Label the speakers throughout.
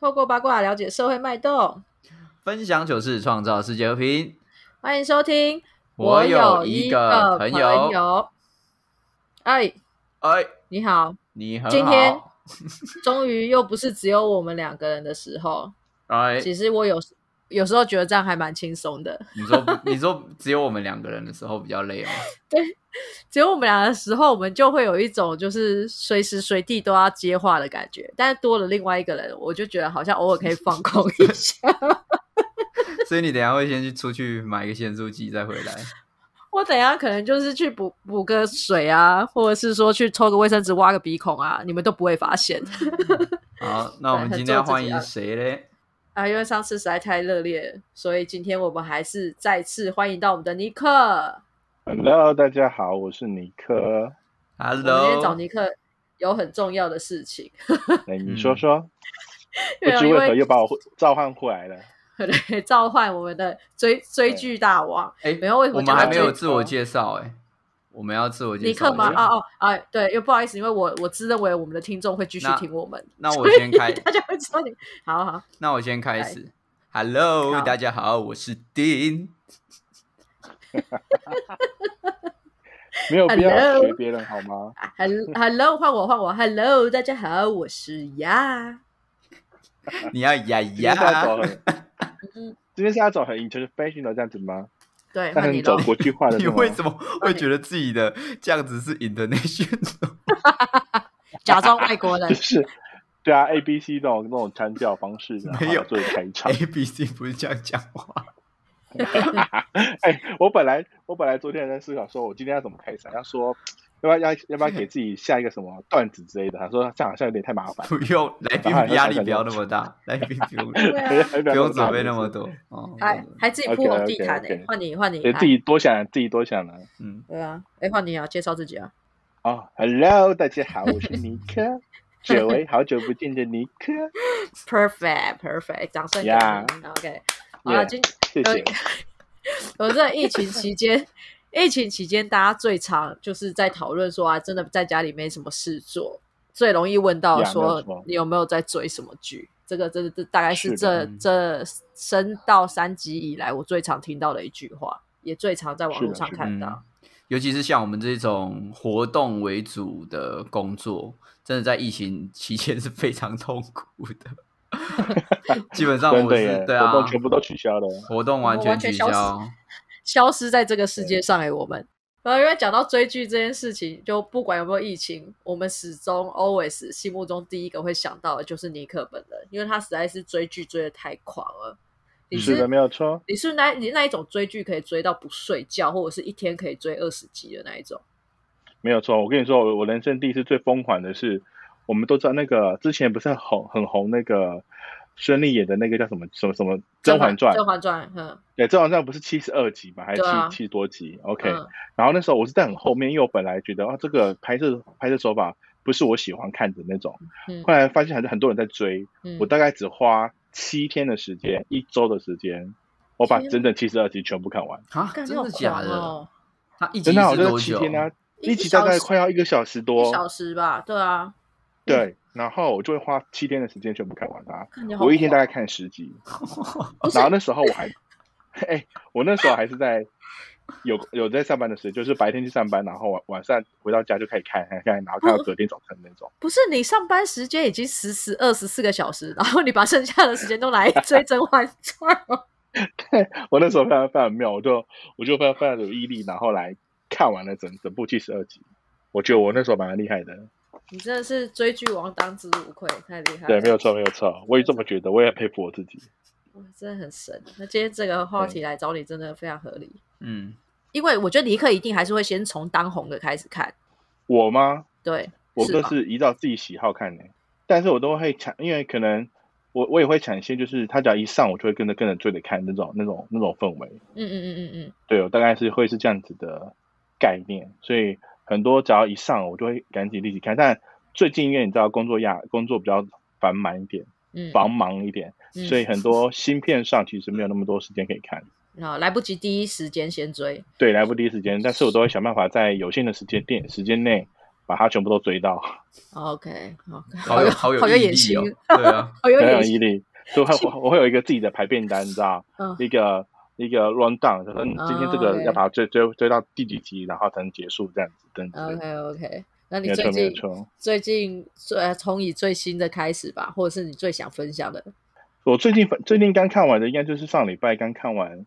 Speaker 1: 透过八卦了解社会脉动。
Speaker 2: 分享糗事，创造世界和平。
Speaker 1: 欢迎收听。
Speaker 2: 我有一个朋友，
Speaker 1: 友。哎，
Speaker 2: 哎，
Speaker 1: 你好，
Speaker 2: 你很好。
Speaker 1: 今天终于又不是只有我们两个人的时候。
Speaker 2: 哎，
Speaker 1: 其实我有有时候觉得这样还蛮轻松的。
Speaker 2: 你说 你说只有我们两个人的时候比较累吗？哦
Speaker 1: 只有我们俩的时候，我们就会有一种就是随时随地都要接话的感觉。但是多了另外一个人，我就觉得好像偶尔可以放空一下。
Speaker 2: 所以你等一下会先去出去买一个咸酥鸡再回来。
Speaker 1: 我等一下可能就是去补补个水啊，或者是说去抽个卫生纸、挖个鼻孔啊，你们都不会发现。
Speaker 2: 好，那我们今天要欢迎谁嘞？
Speaker 1: 啊，因为上次实在太热烈了，所以今天我们还是再次欢迎到我们的尼克。
Speaker 3: Hello，大家好，我是尼 克。
Speaker 1: 我们今天找
Speaker 2: Hello，
Speaker 1: 尼克有很重要的事情，
Speaker 3: 哎，你说说，
Speaker 1: 没
Speaker 3: 不
Speaker 1: 有
Speaker 3: 知
Speaker 1: 因
Speaker 3: 为何
Speaker 1: 为
Speaker 3: 又把我召唤回来了。
Speaker 1: 对召唤我们的追追剧大王。
Speaker 2: 哎
Speaker 1: 没有为什么
Speaker 2: 我们还没有
Speaker 1: 讲到
Speaker 2: 自我介绍哎，我们要自我介
Speaker 1: 尼克
Speaker 2: 绍一哎
Speaker 1: 吗？
Speaker 2: 下。
Speaker 1: 哦哦啊，对，又不好意思，因为我我自认为我们的听众会继续
Speaker 2: 那
Speaker 1: 听我们，
Speaker 2: 那我先开，
Speaker 1: 大家会知道你。好好，
Speaker 2: 那我先开始。Hello，
Speaker 1: 好
Speaker 2: 大家好，我是丁。
Speaker 3: 没有必要
Speaker 1: Hello
Speaker 3: 学别人好吗？
Speaker 1: 啊，hello hello，换我换我，hello，大家好，我是呀。
Speaker 2: 你要呀
Speaker 3: 今天是要走
Speaker 2: 呀，
Speaker 3: 很，今天是要走很 international 这样子吗？
Speaker 1: 对，
Speaker 3: 那
Speaker 1: 换你
Speaker 3: 很
Speaker 1: 了
Speaker 3: 走。国际化的
Speaker 2: 哎你
Speaker 3: 是吗？
Speaker 2: 为什么会觉得自己的这样子是 international？
Speaker 1: 假装外国人
Speaker 3: 就，是对啊，A B C 这种这种参教方式，然后
Speaker 2: 没有
Speaker 3: 做开场。
Speaker 2: A B C 不是这样讲话，
Speaker 3: 哎，我本来我本来昨天还在思考，说我今天要怎么开场，要说要不要要要不要给自己下一个什么段子之类的。他说这样好像有点太麻 烦，
Speaker 2: 不用来宾压力不要那么大，来宾不用
Speaker 1: 对啊，
Speaker 3: 不
Speaker 2: 不用准备那么。多哦。
Speaker 1: 还哎还自己铺红地毯呢、
Speaker 3: OK，OK，OK
Speaker 1: 换你换你，
Speaker 3: 对
Speaker 1: 来
Speaker 3: 自己多想，自己多想了。
Speaker 2: 嗯，
Speaker 1: 对啊，哎，换你啊，介绍自己啊，
Speaker 3: 哦、h e l l o 大家好，我是尼 克，久违，好久不见的尼克，
Speaker 1: Perfect, perfect，掌声给你。
Speaker 3: Yeah.
Speaker 1: OK，好了，
Speaker 3: Yeah.
Speaker 1: 今呃
Speaker 3: 谢谢。
Speaker 1: 我这疫情期间，疫情期间大家最常就是在讨论说啊，真的在家里没什么事做，最容易问到
Speaker 3: Yeah，没有
Speaker 1: 说
Speaker 3: 错
Speaker 1: 你有没有在追什么剧？这个这这这大概是
Speaker 3: 是
Speaker 1: 这
Speaker 3: 的
Speaker 1: 这升到三级以来我最常听到的一句话，也最常在网
Speaker 3: 是
Speaker 1: 络
Speaker 3: 的
Speaker 1: 上
Speaker 3: 是的
Speaker 1: 看到。
Speaker 2: 嗯尤其是像我们这种活动为主的工作，真的在疫情期间是非常痛苦的。基本上
Speaker 3: 真
Speaker 2: 我
Speaker 3: 的
Speaker 2: 是
Speaker 3: 耶，
Speaker 2: 对啊，
Speaker 3: 活动全部都取消了。
Speaker 2: 活动完全取
Speaker 1: 我完
Speaker 2: 消，
Speaker 1: 消失在这个世界上哎、我们。然后因为讲到追剧这件事情，就不管有没有疫情，我们始终 always 心目中第一个会想到的就是尼克本人，因为他实在是追剧追的太狂了。你
Speaker 3: 是的，没有错。
Speaker 1: 你是那你那一种追剧可以追到不睡觉，或者是一天可以追二十集的那一种？
Speaker 3: 没有错，我跟你说，我我人生第一次最疯狂的是，我们都知道那个之前不是很红很红那个孙俪演的那个叫什么什么什么《甄嬛传》？
Speaker 1: 甄嬛传，嗯，
Speaker 3: 对，《甄嬛传》不是七十二集嘛，还是
Speaker 1: 对
Speaker 3: 七
Speaker 1: 啊
Speaker 3: 七十多集？OK、
Speaker 1: 嗯
Speaker 3: 然后那时候我是在很后面，因为我本来觉得啊，这个拍摄拍摄手法不是我喜欢看的那种。
Speaker 1: 嗯
Speaker 3: 后来发现很很多人在追，
Speaker 1: 嗯
Speaker 3: 我大概只花七天的时间，一周的时间，我把
Speaker 1: 天啊
Speaker 3: 整整七十二集全部看完。
Speaker 2: 啊，
Speaker 1: 干
Speaker 2: 真的假？
Speaker 1: 你好狂
Speaker 2: 的？
Speaker 1: 哦
Speaker 2: 他一集
Speaker 3: 真的啊，我
Speaker 2: 是
Speaker 3: 这
Speaker 2: 多
Speaker 3: 七
Speaker 2: 久？
Speaker 3: 天啊，一集
Speaker 1: 小
Speaker 3: 大概
Speaker 1: 时
Speaker 3: 快要一个小时
Speaker 1: 一
Speaker 3: 多，
Speaker 1: 小时吧？对啊，
Speaker 3: 对，然后我就会花七天的时间全部看完它。
Speaker 1: 看你好
Speaker 3: 我一天大
Speaker 1: 狂
Speaker 3: 概看 十集，然后那时候我还，哎、我那时候还是在有有在上班的时候，就是白天去上班，然后晚晚上回到家就可以看看看，然后看到隔天早晨那种。
Speaker 1: 不是你上班时间已经十十二十四个小时，然后你把剩下的时间都拿 来追《甄嬛传》哦。
Speaker 3: 我那时候非常非常妙，我就我就非常非常有毅力，然后来看完了整整部七十二集。我觉得我那时候蛮厉害的，
Speaker 1: 你真的是追剧王当之无愧，太厉害了！
Speaker 3: 对，没有错，没有错，我也这么觉得，我也很佩服我自己。
Speaker 1: 哇，真的很神。啊那今天这个
Speaker 3: 嗯
Speaker 1: 话题来找你，真的非常合理，
Speaker 2: 嗯，
Speaker 1: 因为我觉得尼克一定还是会先从当红的开始看，
Speaker 3: 我吗？
Speaker 1: 对，
Speaker 3: 我
Speaker 1: 是啊
Speaker 3: 都
Speaker 1: 吧？
Speaker 3: 是依照自己喜好看的、但是我都会抢，因为可能我我也会抢先，就是他只要一上，我就会跟着跟着追着看那种那种那种氛围。
Speaker 1: 嗯嗯嗯嗯嗯，
Speaker 3: 对，我大概是会是这样子的概念，所以很多只要一上，我就会赶紧立即看。但最近因为你知道工作压工作比较繁忙一点，
Speaker 1: 嗯，
Speaker 3: 繁忙一点，
Speaker 1: 嗯
Speaker 3: 所以很多芯片上其实没有那么多时间可以看。
Speaker 1: 啊，来不及第一时间先追，
Speaker 3: 对，来不及时间，但是我都会想办法在有限的时间点时间内，把它全部都追到，
Speaker 1: OK，好，
Speaker 2: 好有好有
Speaker 1: 好有
Speaker 2: 毅
Speaker 1: 野
Speaker 2: 力
Speaker 1: 心
Speaker 2: 哦，对啊，
Speaker 1: 好有
Speaker 3: 很有
Speaker 1: 野
Speaker 3: 毅
Speaker 1: 心，
Speaker 3: 力。所以我会我会有一个自己的排便单，你知道，
Speaker 1: 嗯
Speaker 3: 一个一个 run down，就说嗯今天这
Speaker 1: 哦
Speaker 3: 个
Speaker 1: ，OK
Speaker 3: 要把它追追追到第几集，然后才能结束这样子，这样子。
Speaker 1: ，OK OK。那
Speaker 3: 没
Speaker 1: 哦你
Speaker 3: 有
Speaker 1: 最
Speaker 3: 错，没有
Speaker 1: 近
Speaker 3: 错。
Speaker 1: 最近最呃从以最新的开始吧，或者是你最想分享的，
Speaker 3: 我最近最近刚看完的，应该就是上礼拜刚看完，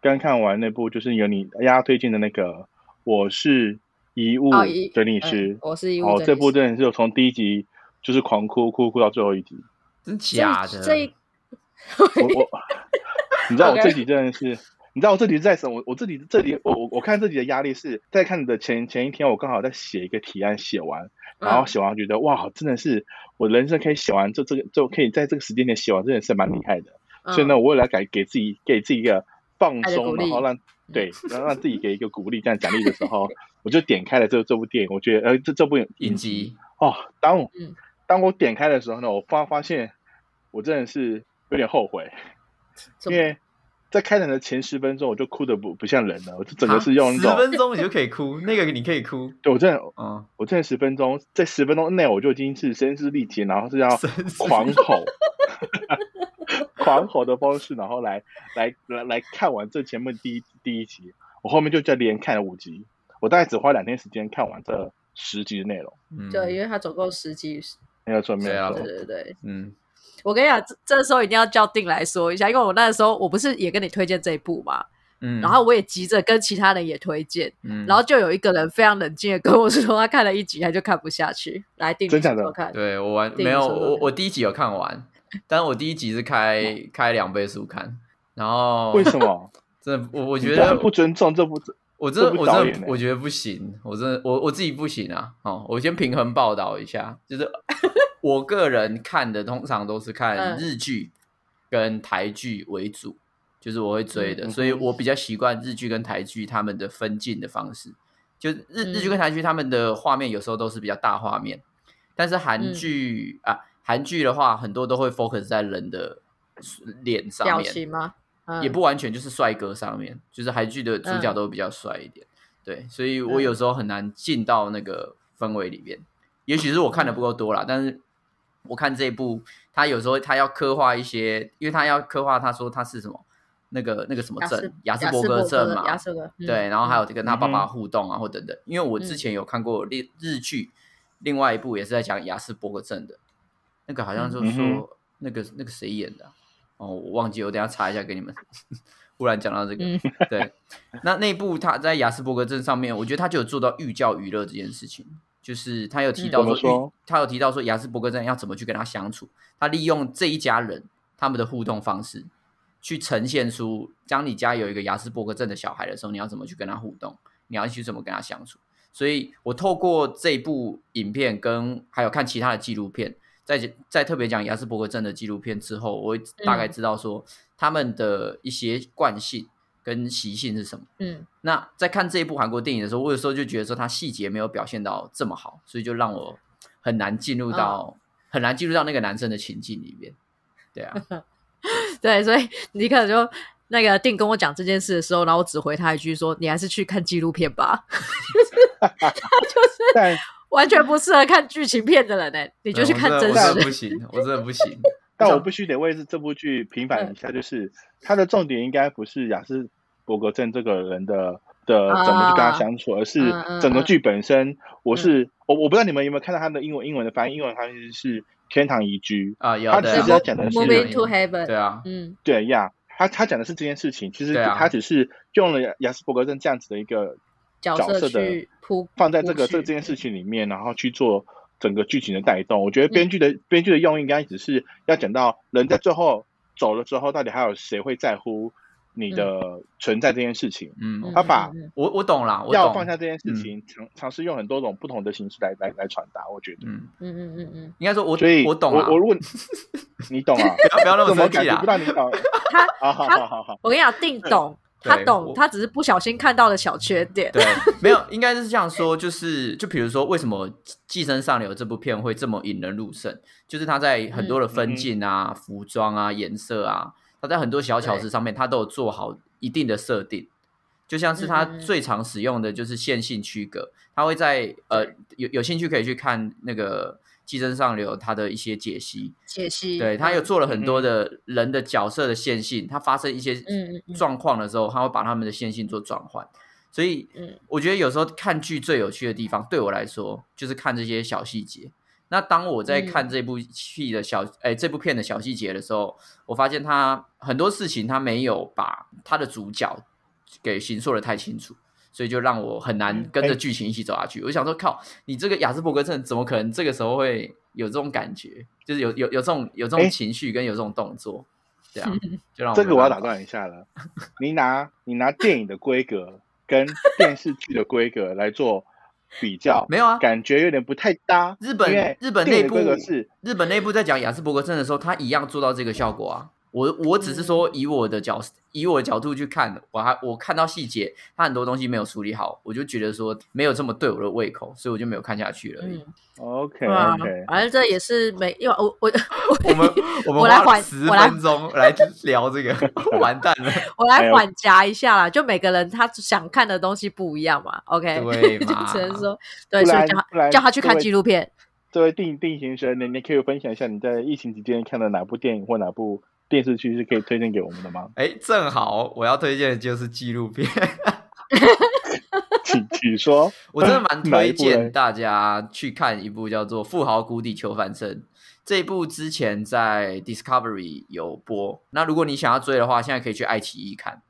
Speaker 3: 刚看完那部就是有你丫丫推荐的那个《我是遗物
Speaker 1: 哦遗
Speaker 3: 整理
Speaker 1: 嗯
Speaker 3: 师》
Speaker 1: 我是遗物
Speaker 3: 哦，
Speaker 1: 整
Speaker 3: 这
Speaker 1: 理
Speaker 3: 部
Speaker 1: 师
Speaker 3: 真的是我从第一集就是狂哭哭哭到最后一集，
Speaker 2: 真
Speaker 1: 这
Speaker 2: 假的？
Speaker 1: 这一
Speaker 3: 我我，你知道我
Speaker 1: OK
Speaker 3: 这集真的是，你知道我这集是在什么？我我这里这里我我我看这集的压力是在看的前前一天，我刚好在写一个提案，写完，然后
Speaker 1: 嗯
Speaker 3: 写完觉得哇，真的是我人生可以写完，就这个就可以在这个时间点写完，真的是蛮厉害的。
Speaker 1: 嗯
Speaker 3: 所以呢，我为了改给自己给自己一个放
Speaker 1: 爱的鼓
Speaker 3: 松，
Speaker 1: 励嗯
Speaker 3: 然后让对，然后让自己给一个鼓励，这样奖励的时候，我就点开了这这部电影，我觉得呃这这部
Speaker 2: 影集
Speaker 3: 哦，当我、
Speaker 1: 嗯
Speaker 3: 当我点开的时候呢，我发发现我真的是有点后悔，
Speaker 1: 怎
Speaker 3: 因
Speaker 1: 么
Speaker 3: 为在开场的前十分钟我就哭的不不像人了，我就整个是用
Speaker 2: 啊十
Speaker 3: 那种，
Speaker 2: 分钟你就可以 哭，那个你可以哭，
Speaker 3: 对我真的
Speaker 2: 嗯，
Speaker 3: 我真的十分钟，在十分钟内我就已经是声嘶力竭，然后是要
Speaker 2: 声嘶
Speaker 3: 狂 吼。狂吼的方式，然后来来来来看完这前面第一第一集，我后面就再连看了五集，我大概只花两天时间看完这十集的内容，
Speaker 2: 嗯
Speaker 1: 对，因为它总共十集，
Speaker 3: 没有错，没
Speaker 2: 对啊
Speaker 3: 有
Speaker 1: 对
Speaker 3: 错，
Speaker 1: 对对，
Speaker 2: 嗯，
Speaker 1: 我跟你讲，这这时候一定要叫定来说一下，因为我那个时候我不是也跟你推荐这一部嘛，
Speaker 2: 嗯，
Speaker 1: 然后我也急着跟其他人也推荐，
Speaker 2: 嗯，
Speaker 1: 然后就有一个人非常冷静的跟我说，他看了一集他就看不下去，来定
Speaker 3: 真假的
Speaker 1: 说说看，
Speaker 2: 对我完
Speaker 1: 电影
Speaker 2: 没有
Speaker 1: 说说
Speaker 2: 我
Speaker 1: 看
Speaker 2: 我第一集有看完，但是我第一集是开
Speaker 1: 哦
Speaker 2: 开两倍速看，然后
Speaker 3: 为什么？
Speaker 2: 真的我我
Speaker 3: 我
Speaker 2: 觉得
Speaker 3: 不尊重这部
Speaker 2: 我真的
Speaker 3: 这部
Speaker 2: 我
Speaker 3: 导
Speaker 2: 真
Speaker 3: 演
Speaker 2: 的
Speaker 3: 欸
Speaker 2: 我觉得不行，我真的我我自己不行啊。哦，我先平衡报道一下，就是 我个人看的通常都是看
Speaker 1: 嗯
Speaker 2: 日剧跟台剧为主，就是我会追的，
Speaker 3: 嗯嗯
Speaker 2: 所以我比较习惯日剧跟台剧他们的分镜的方式。就日
Speaker 1: 嗯
Speaker 2: 日剧跟台剧他们的画面有时候都是比较大画面，但是韩
Speaker 1: 嗯
Speaker 2: 剧、啊韩剧的话很多都会 focus 在人的脸上
Speaker 1: 表
Speaker 2: 面，
Speaker 1: 情吗？嗯
Speaker 2: 也不完全就是帅哥上面，就是韩剧的主角
Speaker 1: 嗯
Speaker 2: 都比较帅一点，对，所以我有时候很难进到那个氛围里面。也许是我看的
Speaker 1: 嗯
Speaker 2: 不够多啦，但是我看这一部，他有时候他要刻画一些，因为他要刻画他说他是什么那个那个什么
Speaker 1: 雅
Speaker 2: 症
Speaker 1: 斯，
Speaker 2: 雅斯
Speaker 1: 斯
Speaker 2: 伯格症嘛，
Speaker 1: 雅斯伯格，嗯
Speaker 2: 对，然后还有跟他爸爸
Speaker 3: 嗯
Speaker 2: 互动啊，或等等。因为我之
Speaker 1: 嗯
Speaker 2: 前有看过日日剧，另外一部也是在讲雅斯伯格症的，那个好像就是
Speaker 3: 嗯嗯
Speaker 2: 说那个那个谁演的啊、哦，我忘记了，我等一下查一下给你们。 忽然讲到这个，
Speaker 1: 嗯
Speaker 2: 对，那那部他在雅斯伯格症上面，我觉得他就有做到寓教于乐这件事情，就是他有
Speaker 1: 嗯
Speaker 2: 提到
Speaker 3: 怎么
Speaker 2: 说，
Speaker 3: 说
Speaker 2: 他有提到说雅斯伯格症要怎么去跟他相处，他利用这一家人他们的互动方式，去呈现出当你家有一个雅斯伯格症的小孩的时候，你要怎么去跟他互动，你要去怎么跟他相处。所以我透过这部影片跟还有看其他的纪录片，在在特别讲雅斯伯格症的纪录片之后，我会大概
Speaker 1: 嗯
Speaker 2: 知道说他们的一些惯性跟习性是什么。
Speaker 1: 嗯
Speaker 2: 那在看这一部韩国电影的时候，我有时候就觉得说它细节没有表现到这么好，所以就让我很难进入到、
Speaker 1: 嗯
Speaker 2: 很难进入到那个男生的情境里面。对啊，
Speaker 1: 对，所以 尼克就那个定跟我讲这件事的时候，然后我只回他一句说：“你还是去看纪录片吧。” 就是他就是
Speaker 3: 但
Speaker 1: 完全不适合看剧情片的人呢、 欸你
Speaker 2: 你
Speaker 1: 就去看真
Speaker 2: 我真的
Speaker 1: 实。
Speaker 2: 不行， 我真的不行。
Speaker 3: 但我必须得为这部剧平
Speaker 1: 嗯
Speaker 3: 反一下，就是它的重点应该不是雅斯伯格症这个人的的
Speaker 1: 啊
Speaker 3: 怎么去跟他相处，而是
Speaker 1: 嗯嗯
Speaker 3: 整个剧本身。我是我我不知道你们有没有看到它的英文英文的翻译，英文翻译是《天堂宜居》。
Speaker 2: 啊，有
Speaker 3: 他
Speaker 2: 对啊
Speaker 3: 其实要讲的是
Speaker 1: Moving to heaven，
Speaker 2: 对啊，
Speaker 1: 嗯
Speaker 3: 对呀，他他讲的是这件事情，其实
Speaker 2: 对啊
Speaker 3: 他只是用了雅斯伯格症这样子的一个
Speaker 1: 角
Speaker 3: 角
Speaker 1: 色
Speaker 3: 色的
Speaker 1: 去铺
Speaker 3: 放在这
Speaker 1: 铺
Speaker 3: 个
Speaker 1: 叙
Speaker 3: 这这件事情里面，然后去做整个剧情的带动。我
Speaker 1: 嗯
Speaker 3: 觉得编剧的、编剧的用意应该只是要讲到人在最后走了之后，到底还有谁会在乎你
Speaker 1: 嗯
Speaker 3: 的存在这件事情？
Speaker 2: 嗯，
Speaker 3: 他把
Speaker 1: 嗯嗯
Speaker 2: 我我懂嗯啦，我
Speaker 3: 要
Speaker 2: 懂。
Speaker 3: 放下这件事情，尝尝试用很多种不同的形式来来来传达。我觉得，
Speaker 2: 嗯，
Speaker 1: 嗯嗯嗯嗯，
Speaker 2: 应该说我
Speaker 3: 所以
Speaker 2: 我懂啦，
Speaker 3: 我如果你懂啊，
Speaker 2: 不要那
Speaker 3: 怎
Speaker 2: 么
Speaker 3: 么
Speaker 2: 生
Speaker 3: 感
Speaker 2: 气
Speaker 3: 觉
Speaker 2: 啦
Speaker 3: 不。到你懂？
Speaker 1: 他
Speaker 3: 啊，好好好好，
Speaker 1: 我跟你讲，定懂，他
Speaker 2: 对
Speaker 1: 懂
Speaker 2: 我，
Speaker 1: 他只是不小心看到了小缺点。
Speaker 2: 对，没有，应该是这样说，就是就比如说，为什么《寄生上流》这部片会这么引人入胜，就是它在很
Speaker 1: 嗯
Speaker 2: 多的分镜啊、服装啊、颜色啊，它在很多小巧思上面，它都有做好一定的设定。就像是他
Speaker 1: 嗯嗯嗯
Speaker 2: 最常使用的就是线性区隔，他会在呃有有兴趣可以去看那个《寄生上流》它的一些解析，
Speaker 1: 解析，嗯
Speaker 2: 对他有做了很多的人的角色的线性，他发生一些
Speaker 1: 嗯嗯嗯
Speaker 2: 状况的时候，他会把他们的线性做转换。所以
Speaker 1: 嗯，
Speaker 2: 我觉得有时候看剧最有趣的地方，对我来说就是看这些小细节。那当我在看
Speaker 3: 嗯
Speaker 2: 这部戏的小，哎、这部片的小细节的时候，我发现他很多事情他没有把他的主角给形塑的太清楚，所以就让我很难跟着
Speaker 3: 哎
Speaker 2: 剧情一起走下去。我就想说，靠，你这个雅斯伯格症怎么可能这个时候会有这种感觉？就是有有有这种有这种
Speaker 3: 哎
Speaker 2: 情绪跟有这种动作，对 啊，就让我
Speaker 3: 这个
Speaker 2: 没
Speaker 3: 我要
Speaker 2: 办
Speaker 3: 打
Speaker 2: 法
Speaker 3: 断一下了。你拿你拿电影的规格跟电视剧的规格来做比较，
Speaker 2: 没有啊，
Speaker 3: 感觉有点不太搭。
Speaker 2: 日
Speaker 3: 因
Speaker 2: 本
Speaker 3: 为
Speaker 2: 日本
Speaker 3: 电
Speaker 2: 内
Speaker 3: 影的
Speaker 2: 部
Speaker 3: 规格是
Speaker 2: 日本内部在讲雅斯伯格症的时候，他一样做到这个效果啊。我我只是
Speaker 1: 嗯
Speaker 2: 说以我的角以我的角度去看，我还我看到细节，他很多东西没有处理好，我就觉得说没有这么对我的胃口，所以我就没有看下去了。
Speaker 1: 嗯，
Speaker 3: OK
Speaker 1: 对啊
Speaker 3: OK，，
Speaker 1: 反正这也是每，因为我 我
Speaker 2: 我们我们
Speaker 1: 我来
Speaker 2: 花了
Speaker 1: 缓
Speaker 2: 十
Speaker 1: 我来
Speaker 2: 分 钟来聊这个，完蛋了，
Speaker 1: 我
Speaker 3: 哎
Speaker 1: 来
Speaker 3: 呦
Speaker 1: 缓夹一下啦，就每个人他想看的东西不一样嘛，OK，
Speaker 2: 对
Speaker 1: 就
Speaker 2: 嘛？
Speaker 1: 只能说，对，
Speaker 3: 不
Speaker 1: 所以
Speaker 3: 然
Speaker 1: 叫
Speaker 3: 不然
Speaker 1: 他叫他去看
Speaker 3: 各位
Speaker 1: 纪录片，
Speaker 3: 这位定定先生，你你可以分享一下你在疫情期间看的哪部电影或哪部电视剧是可以推荐给我们的吗
Speaker 2: 哎，正好我要推荐的就是纪录片。
Speaker 3: 请 请说。
Speaker 2: 我 真的蛮
Speaker 3: 哪一
Speaker 2: 推
Speaker 3: 部嘞
Speaker 2: 荐大家去看一部叫做《富豪谷底求翻身》这一部，之前在 Discovery 有播。那如果你想要追的话，现在可以去爱奇艺看。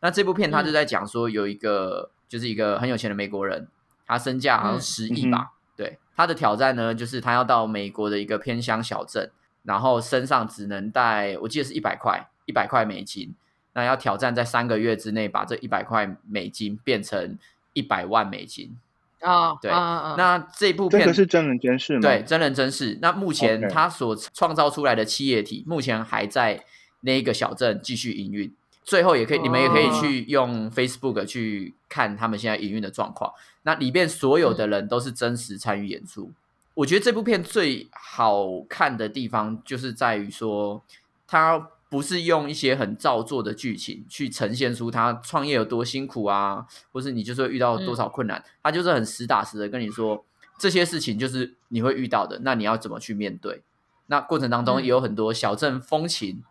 Speaker 2: 那这部片
Speaker 3: 嗯
Speaker 2: 它就在讲说，有一个、就是一个很有钱的美国人，他身价好像
Speaker 1: 嗯
Speaker 2: 十亿吧。对，他的挑战呢，就是他要到美国的一个偏乡小镇，然后身上只能带，我记得是一百块，一百块美金。那要挑战在三个月之内把这一百块美金变成一百万美金，
Speaker 1: 啊，
Speaker 2: 对
Speaker 1: 啊啊啊
Speaker 2: 那这部
Speaker 3: 这
Speaker 2: 片
Speaker 3: 个是真人真事吗？
Speaker 2: 对，真人真事。那目前
Speaker 3: OK
Speaker 2: 他所创造出来的企业体，目前还在那个小镇继续营运。最后也可以，你们也可以
Speaker 1: 哦
Speaker 2: 去用 Facebook 去看他们现在营运的状况。那里面所有的人都是真实参与演出。我觉得这部片最好看的地方就是在于说，它不是用一些很造作的剧情去呈现出他创业有多辛苦啊，或是你就是会遇到
Speaker 1: 嗯
Speaker 2: 多少困难，他就是很实打实的跟你说这些事情就是你会遇到的，那你要怎么去面对？那过程当中
Speaker 1: 嗯
Speaker 2: 也有很多小镇风情，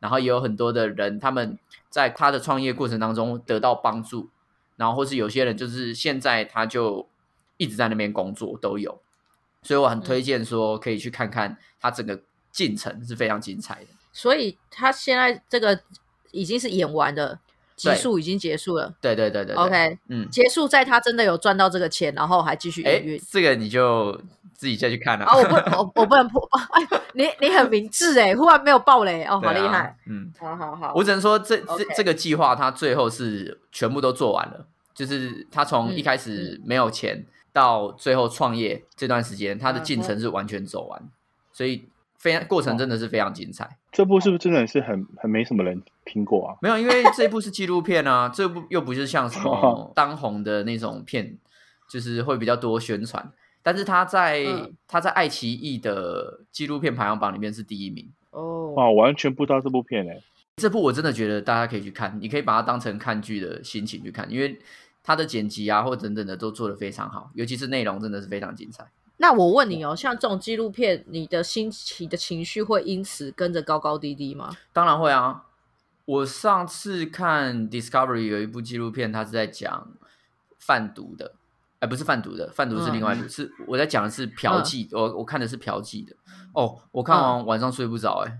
Speaker 2: 然后也有很多的人他们在他的创业过程当中得到帮助，然后或是有些人就是现在他就一直在那边工作都有，所以我很推
Speaker 1: 嗯
Speaker 2: 荐说可以去看看他整个进程是非常精彩的。
Speaker 1: 所以他现在这个已经是演完了，集
Speaker 2: 对
Speaker 1: 数已经结束了
Speaker 2: 对对对对对
Speaker 1: ，OK，
Speaker 2: 嗯，
Speaker 1: 结束在他真的有赚到这个钱，然后还继续
Speaker 2: 哎
Speaker 1: 营运，。
Speaker 2: 这个你就自己再去看了、
Speaker 1: 啊，我不，我我不能破， 哎，你你很明智哎，忽然没有爆雷哦，好
Speaker 2: 对啊
Speaker 1: 厉害，，
Speaker 2: 嗯，
Speaker 1: 好好好，
Speaker 2: 我只能说这这
Speaker 1: OK
Speaker 2: 这个计划，它最后是全部都做完了，就是他从
Speaker 1: 嗯
Speaker 2: 一开始没有钱到最后创业这段时间，他
Speaker 1: 嗯
Speaker 2: 的进程是完全走完，所以非常过程真的是非常精彩。
Speaker 3: 这部是不是真的是很很没什么人听过啊？
Speaker 2: 没有，因为这部是纪录片啊，这部又不是像什么
Speaker 1: 哦
Speaker 2: 当红的那种片，就是会比较多宣传。但是他在、
Speaker 1: 嗯
Speaker 2: 他在爱奇艺的纪录片排行榜里面是第一名。
Speaker 1: 哦，
Speaker 3: 哇，我完全不知道这部片欸嘞、
Speaker 2: 这部我真的觉得大家可以去看，你可以把它当成看剧的心情去看，因为它的剪辑啊或等等的都做得非常好，尤其是内容真的是非常精彩。
Speaker 1: 那我问你哦，像这种纪录片，你的心情的情绪会因此跟着高高低低吗？
Speaker 2: 当然会啊，我上次看 Discovery 有一部纪录片，它是在讲贩毒的，哎、不是贩毒的，贩毒是
Speaker 1: 嗯
Speaker 2: 另外一部，是我在讲的是嫖妓，我我看的是嫖妓的。哦，我看完晚上睡不着、哎、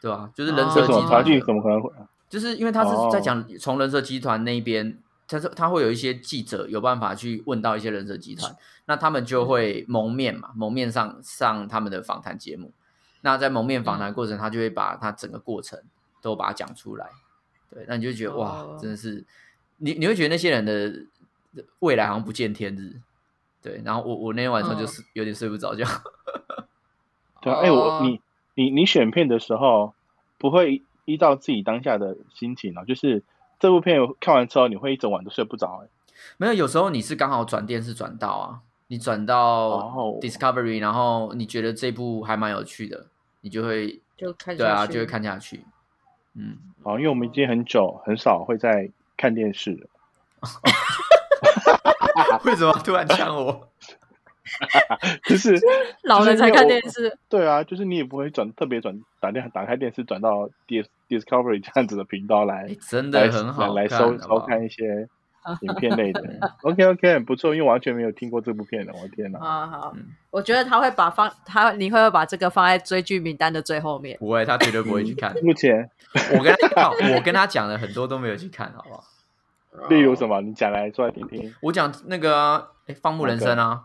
Speaker 2: 对吧、就是人
Speaker 1: 嗯哦
Speaker 2: 蛇啊集
Speaker 3: 为什
Speaker 2: 团
Speaker 3: 么华
Speaker 2: 的，
Speaker 3: 剧怎么可能会？
Speaker 2: 就是因为他是在讲从人蛇集团那边，他是他会有一些记者有办法去问到一些人蛇集团，那他们就
Speaker 1: 嗯
Speaker 2: 会蒙面嘛，蒙面上上他们的访谈节目。那在蒙面
Speaker 1: 嗯
Speaker 2: 访谈过程，他就会把他整个过程都把它讲出来。对，那你就觉得哇
Speaker 1: 哦，
Speaker 2: 真的是你你会觉得那些人的未来好像不见天日。对，然后我我那天晚上就
Speaker 1: 嗯
Speaker 2: 是有点睡不着觉。
Speaker 3: 对啊，哎、我
Speaker 1: 哦
Speaker 3: 你你你选片的时候不会依依照自己当下的心情哦，就是这部片看完之后，你会一整晚都睡不着、哎
Speaker 2: 没有，有时候你是刚好转电视转到啊，你转到
Speaker 3: 哦
Speaker 2: Discovery，、然后你觉得这部还蛮有趣的，你就会
Speaker 1: 就看
Speaker 2: 对啊，
Speaker 1: 下去
Speaker 2: 就会看下去。嗯，
Speaker 3: 哦，因为我们已经很久很少会在看电视了。
Speaker 2: 为什么突然呛我？
Speaker 3: 就是
Speaker 1: 老人才看电视，
Speaker 3: 对啊，就是你也不会转特别转打电打开电视转到 Dis Discovery 这样子的频道来
Speaker 2: 哎，真
Speaker 3: 来
Speaker 2: 的哦很好
Speaker 3: 来来
Speaker 2: 看
Speaker 3: 收
Speaker 2: 好不
Speaker 3: 收
Speaker 2: 好
Speaker 3: 看一些影片类的。OK OK，很不错，因为完全没有听过这部片的，我的天哪！
Speaker 1: 啊，好
Speaker 2: 嗯，
Speaker 1: 我觉得他会把放他，你会不会把这个放在追剧名单的最后面？
Speaker 2: 不会，他绝对不会 去看。
Speaker 3: 目前，
Speaker 2: 我跟他讲，我跟他讲的很多都没有去看，好不好？
Speaker 3: 例如什么，你讲来说来听听。
Speaker 2: 我讲那个啊，哎，放牧人生啊，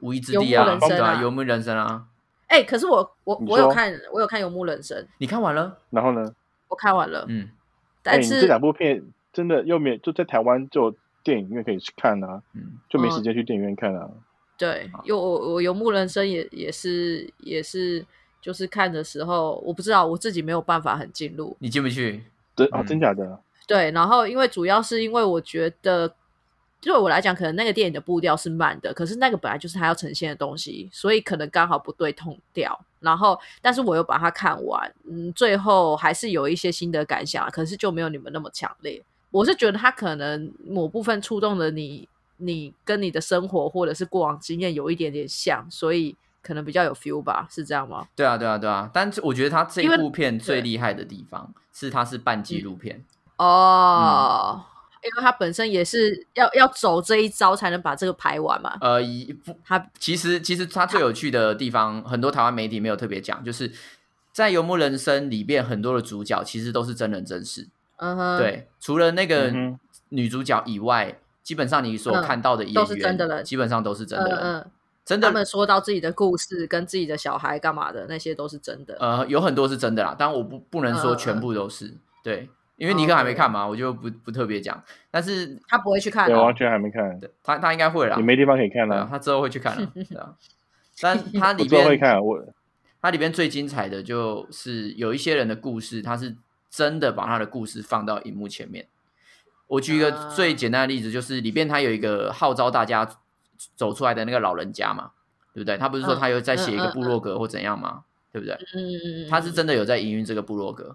Speaker 2: 无依之地
Speaker 1: 游
Speaker 2: 啊，
Speaker 1: 牧人生啊
Speaker 2: 对啊，游牧人生啊，
Speaker 1: 哎，可是我我
Speaker 3: 你说
Speaker 1: 我有看，我有看《游牧人生》，
Speaker 2: 你看完了？
Speaker 3: 然后呢？
Speaker 1: 我看完了，
Speaker 2: 嗯
Speaker 3: 哎，
Speaker 1: 但
Speaker 3: 你
Speaker 1: 是
Speaker 3: 这两部片真的又没有就在台湾就有电影院可以去看啊，
Speaker 2: 嗯，
Speaker 3: 就没
Speaker 1: 嗯
Speaker 3: 时间去电影院看啊。
Speaker 1: 对，因为我我游牧人生也也是也是就是看的时候，我不知道我自己没有办法很进入。
Speaker 2: 你进不去，
Speaker 3: 真啊，
Speaker 2: 嗯
Speaker 3: 真假的？
Speaker 1: 对，然后因为主要是因为我觉得对我来讲，可能那个电影的步调是慢的，可是那个本来就是它要呈现的东西，所以可能刚好不对痛调。然后，但是我又把它看完，嗯，最后还是有一些新的感想，可是就没有你们那么强烈。我是觉得它可能某部分触动了你，你跟你的生活或者是过往经验有一点点像，所以可能比较有 feel 吧，是这样吗？
Speaker 2: 对啊，对啊，对啊。但是我觉得他这
Speaker 1: 因为嗯
Speaker 2: 部片最厉害的地方是它是半纪录片，
Speaker 1: 哦，因为他本身也是要要走这一招才能把这个排完嘛。
Speaker 2: 呃，一不
Speaker 1: 他
Speaker 2: 其实其实它最有趣的地方，很多台湾媒体没有特别讲，就是在《游牧人生》里面很多的主角其实都是真人真事，
Speaker 1: 嗯哼，，
Speaker 2: 对，除了那个
Speaker 3: 嗯哼
Speaker 2: 女主角以外，基本上你所
Speaker 1: 嗯
Speaker 2: 看到的演员、
Speaker 1: 都是真的人
Speaker 2: 基本上都是真
Speaker 1: 嗯
Speaker 2: 的人，
Speaker 1: 嗯，
Speaker 2: 真
Speaker 1: 他
Speaker 2: 的
Speaker 1: 们说到自己的故事跟自己的小孩干嘛的，那些都是真的。
Speaker 2: 呃有很多是真的啦，但我不不能说
Speaker 1: 嗯嗯
Speaker 2: 全部都是，对，因为
Speaker 1: 哦
Speaker 2: 尼克还没
Speaker 1: 对
Speaker 2: 看嘛，我就不不特别讲，但是
Speaker 1: 他不会去看
Speaker 3: 对，
Speaker 1: 哦
Speaker 3: 完，全还没看，
Speaker 2: 啊对他他应该会啦
Speaker 3: 也，没地方可以看
Speaker 2: 对啊，
Speaker 3: 了。
Speaker 2: 他之后会去看啦，对啊，但他
Speaker 3: 我
Speaker 2: 啊里
Speaker 3: 之后会
Speaker 2: 边
Speaker 3: 看，啊我
Speaker 2: 它里边最精彩的就是有一些人的故事，他是真的把他的故事放到荧幕前面。我举一个
Speaker 1: 啊
Speaker 2: 最简单的例子，就是里边他有一个号召大家走出来的那个老人家嘛，对不对？他不是说
Speaker 1: 嗯
Speaker 2: 他有在写一个
Speaker 1: 嗯嗯
Speaker 2: 部落格或怎样嘛，对不对？
Speaker 1: 嗯嗯嗯，
Speaker 2: 他是真的有在营运这个部落格。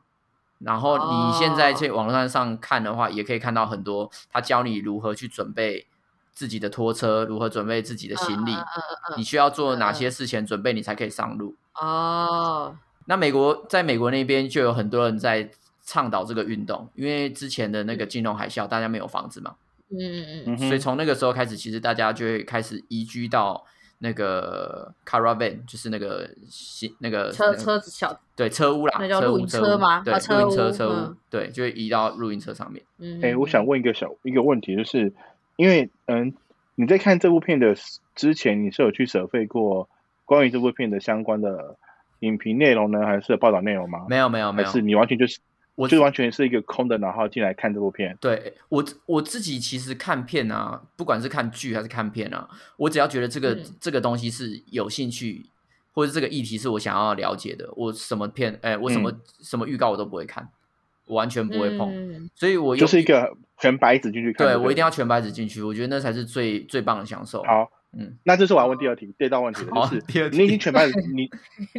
Speaker 2: 然后你现在去
Speaker 1: 哦
Speaker 2: 网络上看的话，也可以看到很多他教你如何去准备自己的拖车，如何准备自己的行
Speaker 1: 嗯
Speaker 2: 李，
Speaker 1: 嗯嗯
Speaker 2: 你需要做哪些事前准备，你才可以上路。
Speaker 1: 嗯，哦，
Speaker 2: 那美国在美国那边就有很多人在倡导这个运动，因为之前的那个金融海啸，大家没有房子嘛，
Speaker 1: 嗯嗯嗯，
Speaker 3: 嗯哼
Speaker 2: 所以从那个时候开始，其实大家就会开始移居到那个 caravan，就是那个行那个
Speaker 1: 车
Speaker 2: 那个
Speaker 1: 车子小，
Speaker 2: 对车屋啦，
Speaker 1: 那叫露
Speaker 2: 屋
Speaker 1: 营
Speaker 2: 车
Speaker 1: 车
Speaker 2: 屋
Speaker 1: 吗
Speaker 2: 对，
Speaker 1: 啊
Speaker 2: 露营
Speaker 1: 车
Speaker 2: 车
Speaker 1: 屋
Speaker 2: 车屋
Speaker 1: 嗯，
Speaker 2: 对，就会移到露营车上面。
Speaker 1: 嗯，
Speaker 3: 哎、我想问一个小一个问题，就是因为嗯，你在看这部片的之前，你是有去舍费过关于这部片的相关的影评内容呢，还是报道内容吗？
Speaker 2: 没有没有没有
Speaker 3: 还，是你完全就是
Speaker 2: 我
Speaker 3: 就是完全是一个空的，然后进来看这部片？
Speaker 2: 对我自我自己其实看片啊，不管是看剧还是看片啊，我只要觉得这个、
Speaker 1: 嗯
Speaker 2: 这个东西是有兴趣，或者这个议题是我想要了解的，我什么片，哎，我什
Speaker 3: 嗯
Speaker 2: 么、什么预告我都不会看，我完全不会碰。
Speaker 1: 嗯
Speaker 2: 所以我有
Speaker 3: 就是一个全白纸进去看。
Speaker 2: 对我一定要全白纸进去，我觉得那才是最最棒的享受。
Speaker 3: 要好。
Speaker 2: 嗯，
Speaker 3: 那这是我要问第二题，第二道问题了，
Speaker 2: 好
Speaker 3: 就是
Speaker 2: 第二题
Speaker 3: 你已经 全白纸，你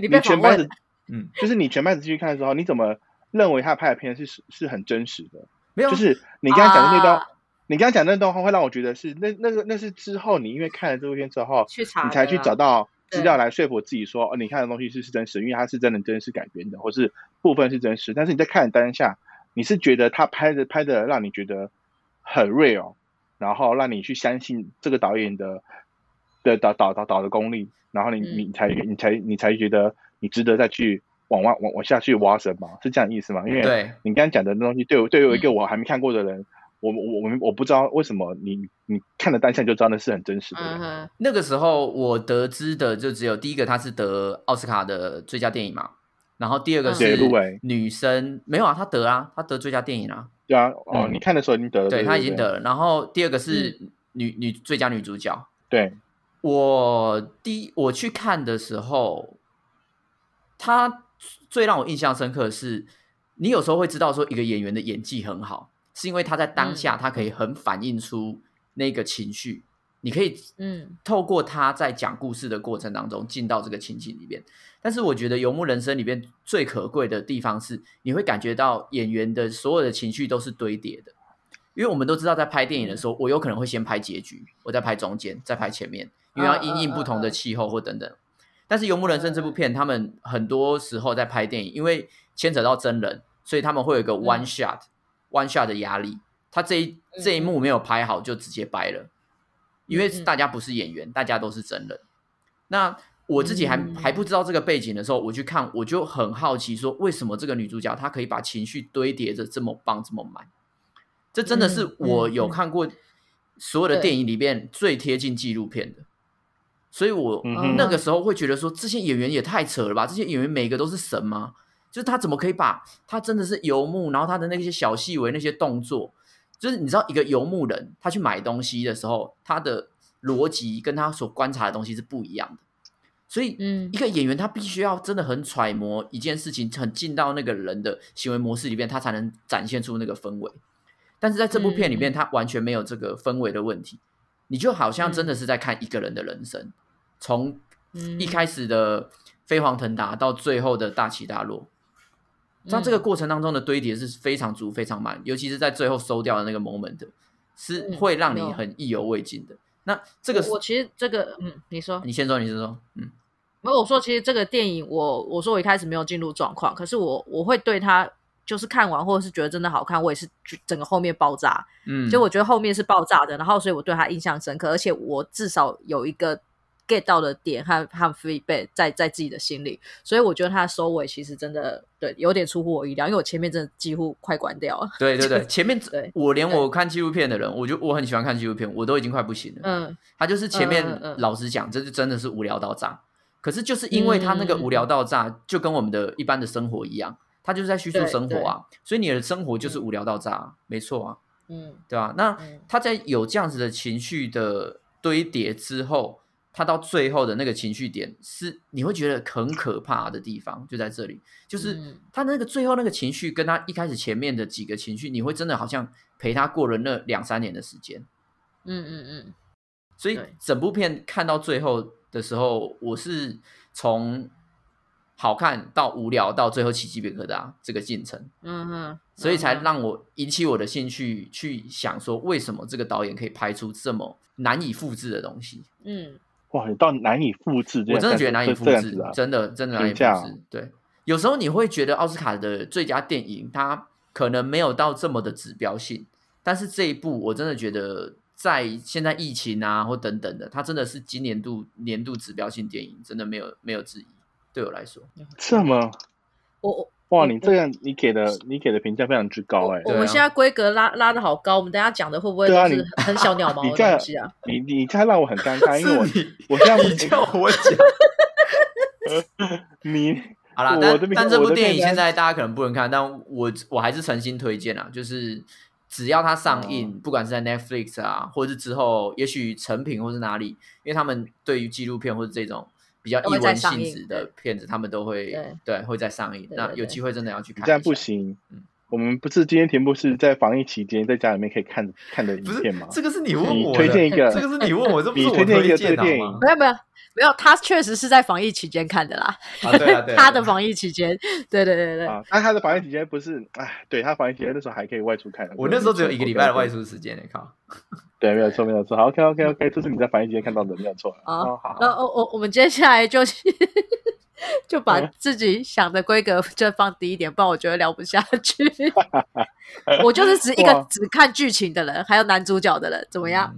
Speaker 1: 你被
Speaker 3: 全
Speaker 1: 访
Speaker 3: 白
Speaker 1: 问
Speaker 3: 纸
Speaker 1: 了，，
Speaker 2: 嗯，
Speaker 3: 就是你全白纸进去看的时候，你怎么认为他拍的片是是很真实的？
Speaker 2: 没有啊，
Speaker 3: 就是你刚刚讲的那段，
Speaker 1: 啊
Speaker 3: 你刚刚讲的那段话会让我觉得是那那个那是之后你因为看了这部片之后，
Speaker 1: 去查，啊
Speaker 3: 你才去找。到
Speaker 1: 对
Speaker 3: 资料来说服自己说，哦，你看的东西是是真实，因为它是真的真实改编的，或是部分是真实。但是你在看的当下，你是觉得他拍的拍的让你觉得很 real，然后让你去相信这个导演的的导导导导的功力，然后你
Speaker 1: 嗯
Speaker 3: 你才你才你才觉得你值得再去往外往往下去挖什么，是这样的意思吗？因为
Speaker 2: 对
Speaker 3: 你刚刚讲的那东西，对我对
Speaker 1: 嗯
Speaker 3: 我一个我还没看过的人，我我我们我不知道为什么你你看了当下就知道那是很真实的。
Speaker 1: 嗯哼，
Speaker 2: 那个时候我得知的就只有第一个，他是得奥斯卡的最佳电影嘛，然后第二个
Speaker 1: 嗯
Speaker 2: 是
Speaker 3: 对入围
Speaker 2: 女生没有啊，他得啊，他得最佳电影啊，
Speaker 3: 对啊，哦，
Speaker 2: 嗯
Speaker 3: 你看的时候已经得了，
Speaker 2: 对
Speaker 3: 对嗯
Speaker 2: 他已经得了。然后第二个是女女最佳女主角，
Speaker 3: 对，
Speaker 2: 我第我去看的时候，他最让我印象深刻的是，你有时候会知道说一个演员的演技很好，是因为他在当
Speaker 3: 嗯
Speaker 2: 下他可以很反映出那个情绪，你可以
Speaker 1: 嗯
Speaker 2: 透过他在讲故事的过程当中进到这个情景里面。但是我觉得《游牧人生》里面最可贵的地方是，你会感觉到演员的所有的情绪都是堆叠的。因为我们都知道，在拍电影的时候，我有可能会先拍结局，我再拍中间，再拍前面，因为要因应不同的气候或等等。但是《游牧人生》这部片，他们很多时候在拍电影，因为牵扯到真人，所以他们会有一个 one shot、one shot 的压力。他这一这一幕没有拍好，就直接掰了，因为
Speaker 1: 嗯嗯
Speaker 2: 大家不是演员，大家都是真人。那我自己还
Speaker 1: 嗯
Speaker 2: 还不知道这个背景的时候，我去看，我就很好奇，说为什么这个女主角她可以把情绪堆叠着这么棒这么满？这真的是
Speaker 1: 嗯嗯
Speaker 2: 我有
Speaker 1: 嗯
Speaker 2: 看过所有的
Speaker 1: 对
Speaker 2: 电影里边最贴近纪录片的，所以我
Speaker 3: 嗯哼
Speaker 2: 那个时候会觉得说，这些演员也太扯了吧？这些演员每个都是神吗？就是他怎么可以把他真的是游牧，然后他的那些小细微那些动作，就是你知道一个游牧人他去买东西的时候，他的逻辑跟他所观察的东西是不一样的，所以
Speaker 1: 嗯
Speaker 2: 一个演员他必须要真的很揣摩一件事情，很进到那个人的行为模式里面，他才能展现出那个氛围。但是在这部片里
Speaker 1: 嗯
Speaker 2: 面，他完全没有这个氛围的问题，你就好像真的是在看一个人的人生，从
Speaker 1: 嗯
Speaker 2: 一开始的飞黄腾达到最后的大起大落。
Speaker 1: 嗯
Speaker 2: 在这个过程当中的堆叠是非常足、非常慢，尤其是在最后收掉的那个 moment，是
Speaker 1: 嗯
Speaker 2: 会让你
Speaker 1: 有
Speaker 2: 很意犹未尽的。那这个是
Speaker 1: 我我其实这个，嗯，你说，
Speaker 2: 你先说，你先说，嗯
Speaker 1: 没有，我说其实这个电影我，我说我一开始没有进入状况，可是我我会对它就是看完或者是觉得真的好看，我也是觉整个后面爆炸，
Speaker 2: 嗯，
Speaker 1: 所以我觉得后面是爆炸的，然后所以我对它印象深刻，而且我至少有一个 get 到的点和和 feedback 在在自己的心里，所以我觉得它的收尾其实真的对有点出乎我意料，因为我前面真的几乎快关掉了，
Speaker 2: 对对对， 前面
Speaker 1: 对
Speaker 2: 我连
Speaker 1: 对
Speaker 2: 我看纪录片的人，我就我很喜欢看纪录片，我都已经快不行了。
Speaker 1: 嗯，
Speaker 2: 他就是前面、
Speaker 1: 嗯嗯嗯
Speaker 2: 老实讲，这就真的是无聊到炸。可是就是因为他那
Speaker 1: 嗯
Speaker 2: 个无聊到炸，就跟我们的一般的生活一样，他就是在叙述
Speaker 1: 对
Speaker 2: 生活啊，所以你的生活就是无聊到炸啊、没错啊，
Speaker 1: 嗯
Speaker 2: 对吧、那
Speaker 1: 嗯
Speaker 2: 他在有这样子的情绪的堆叠之后，他到最后的那个情绪点是你会觉得很可怕的地方，就在这里，就是
Speaker 1: 嗯
Speaker 2: 他那个最后那个情绪跟他一开始前面的几个情绪，你会真的好像陪他过了那两三年的时间。
Speaker 1: 嗯嗯
Speaker 2: 所以
Speaker 1: 对
Speaker 2: 整部片看到最后的时候，我是从好看到无聊到最后起鸡皮疙瘩这个进程，
Speaker 1: 嗯嗯嗯，
Speaker 2: 所以才
Speaker 1: 嗯
Speaker 2: 让我引起我的兴趣去想说，为什么这个导演可以拍出这么难以复制的东西？
Speaker 1: 嗯
Speaker 3: 哇，你到难以复制这样，
Speaker 2: 我真的觉得难以
Speaker 3: 这
Speaker 2: 复
Speaker 3: 这样
Speaker 2: 制
Speaker 3: 子啊，
Speaker 2: 真的真的难以
Speaker 3: 评
Speaker 2: 复
Speaker 3: 价哦
Speaker 2: 制。对，有时候你会觉得奥斯卡的最佳电影它可能没有到这么的指标性，但是这一部我真的觉得在现在疫情啊或等等的，它真的是今年度年度指标性电影，真的没有没有质疑。对我来说，
Speaker 3: 这么
Speaker 1: 我我
Speaker 2: 嗯
Speaker 3: 哇，
Speaker 1: 我
Speaker 3: 你这样你给的你给的评价非常之高哎、
Speaker 1: 我
Speaker 2: 对啊
Speaker 1: 们现在规格拉拉的好高，我们等一下讲的会不会
Speaker 3: 对啊
Speaker 1: 都是
Speaker 3: 你
Speaker 1: 很很小鸟毛
Speaker 3: 你
Speaker 1: 的
Speaker 3: 这样
Speaker 1: 东西啊？
Speaker 3: 你你这样让我很尴啊尬，因为我
Speaker 2: 是你
Speaker 3: 我现在
Speaker 2: 你叫我讲
Speaker 3: 你
Speaker 2: 好啦，
Speaker 3: 我
Speaker 2: 但
Speaker 3: 这边
Speaker 2: 但这
Speaker 3: 我
Speaker 2: 部
Speaker 3: 这边
Speaker 2: 电影现在大家可能不能看，但我我还是诚心推荐啊，就是只要它上映，
Speaker 3: 哦
Speaker 2: 不管是在 Netflix 啊，或者是之后也许成品或是哪里，因为他们对于纪录片或者这种比较
Speaker 1: 都
Speaker 2: 译
Speaker 1: 会再
Speaker 2: 文
Speaker 1: 上
Speaker 2: 性
Speaker 1: 映
Speaker 2: 质的片子，他们都会
Speaker 1: 对
Speaker 2: 会再上映。
Speaker 1: 对
Speaker 2: 那
Speaker 1: 对
Speaker 2: 有
Speaker 1: 对
Speaker 2: 机会真的要去看
Speaker 3: 你
Speaker 2: 一下。
Speaker 3: 这样不行
Speaker 2: 嗯。
Speaker 3: 我们不是今天题目是在防疫期间在家里面可以看看的影
Speaker 2: 不是
Speaker 3: 片吗？
Speaker 2: 这个是你问我的，
Speaker 3: 推荐一个
Speaker 2: 这个是你问我，这不是
Speaker 3: 你
Speaker 2: 我
Speaker 3: 推荐一个
Speaker 2: 荐的
Speaker 3: 这个
Speaker 2: 好吗？
Speaker 1: 没有没有没有，他确实是在防疫期间看的啦，
Speaker 2: 啊，对啊，对啊，
Speaker 1: 他的
Speaker 2: 对啊
Speaker 1: 防疫期间，对对对对，
Speaker 3: 啊，但他的防疫期间不是，哎，对他防疫期间那时候还可以外出看。
Speaker 2: 我那时候只有一个礼拜的外
Speaker 3: 出。
Speaker 2: 出时间呢，靠。
Speaker 3: 对，没有错，没有错。好，OK OK OK，这是你在防疫期间看到的，没有错。
Speaker 1: 啊
Speaker 3: 哦，好，
Speaker 1: 然后我我我们接下来就就把
Speaker 3: 嗯
Speaker 1: 自己想的规格就放低一点，不然我觉得聊不下 去。我就是指一
Speaker 3: 哇
Speaker 1: 个只看剧情的人，还有男主角的人，怎么样？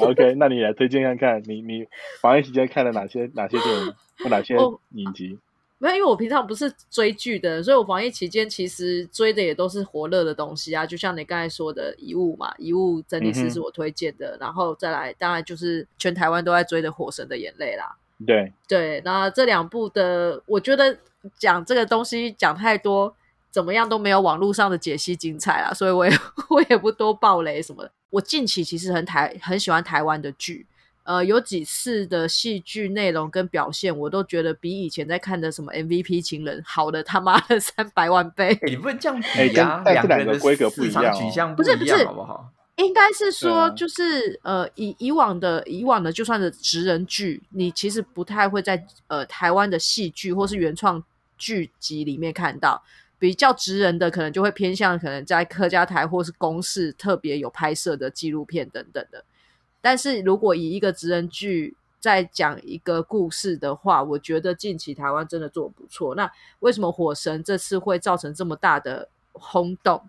Speaker 2: 嗯？
Speaker 3: OK，那你来推荐看看，你你防疫期间看了哪些哪些电影或哪些
Speaker 1: 哦
Speaker 3: 影集？
Speaker 1: 没有，因为我平常不是追剧的，所以我防疫期间其实追的也都是火热的东西啊，就像你刚才说的《遗物》嘛，《遗物》整理
Speaker 3: 嗯
Speaker 1: 师
Speaker 3: 哼
Speaker 1: 是我推荐的，然后再来，当然就是全台湾都在追的《火神的眼泪》啦。
Speaker 3: 对，
Speaker 1: 对，那这两部的，我觉得讲这个东西讲太多，怎么样都没有网络上的解析精彩啦，所以我也 我也不多爆雷什么的。我近期其实很台很喜欢台湾的剧，呃，有几次的戏剧内容跟表现，我都觉得比以前在看的什么 MVP 情人好的他妈的三百万倍。
Speaker 2: 哎，你不能这样
Speaker 3: 哎
Speaker 2: 比
Speaker 3: 真
Speaker 2: 呀，
Speaker 3: 但
Speaker 2: 两
Speaker 3: 这两
Speaker 2: 人
Speaker 3: 个
Speaker 2: 的
Speaker 3: 规格不
Speaker 2: 市
Speaker 3: 一
Speaker 2: 场
Speaker 3: 样
Speaker 2: 取
Speaker 3: 哦
Speaker 2: 向
Speaker 1: 不是
Speaker 2: 一
Speaker 1: 不
Speaker 2: 样，
Speaker 1: 是
Speaker 2: 好不好？
Speaker 1: 应该是说，
Speaker 3: 啊
Speaker 1: 就是、呃，以以往的以往的，就算是职人剧，你其实不太会在呃台湾的戏剧或是原创剧集里面看到。比较直人的，可能就会偏向可能在客家台或是公视特别有拍摄的纪录片等等的。但是如果以一个职人剧在讲一个故事的话，我觉得近期台湾真的做得不错。那为什么《火神》这次会造成这么大的轰动？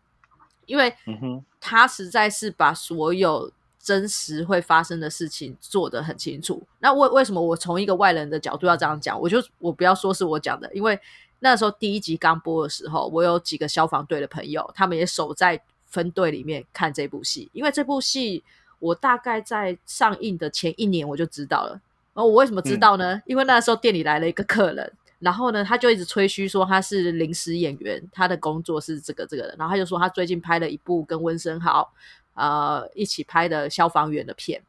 Speaker 1: 因为
Speaker 3: 嗯哼，
Speaker 1: 他实在是把所有真实会发生的事情做得很清楚。那为为什么我从一个外人的角度要这样讲？我就我不要说是我讲的，因为那时候第一集刚播的时候，我有几个消防队的朋友，他们也守在分队里面看这部戏，因为这部戏我大概在上映的前一年我就知道了。然后我为什么知道呢？因为那时候店里来了一个客人，然后呢，他就一直吹嘘说他是临时演员，他的工作是这个这个的。然后他就说他最近拍了一部跟温升豪呃一起拍的消防员的片，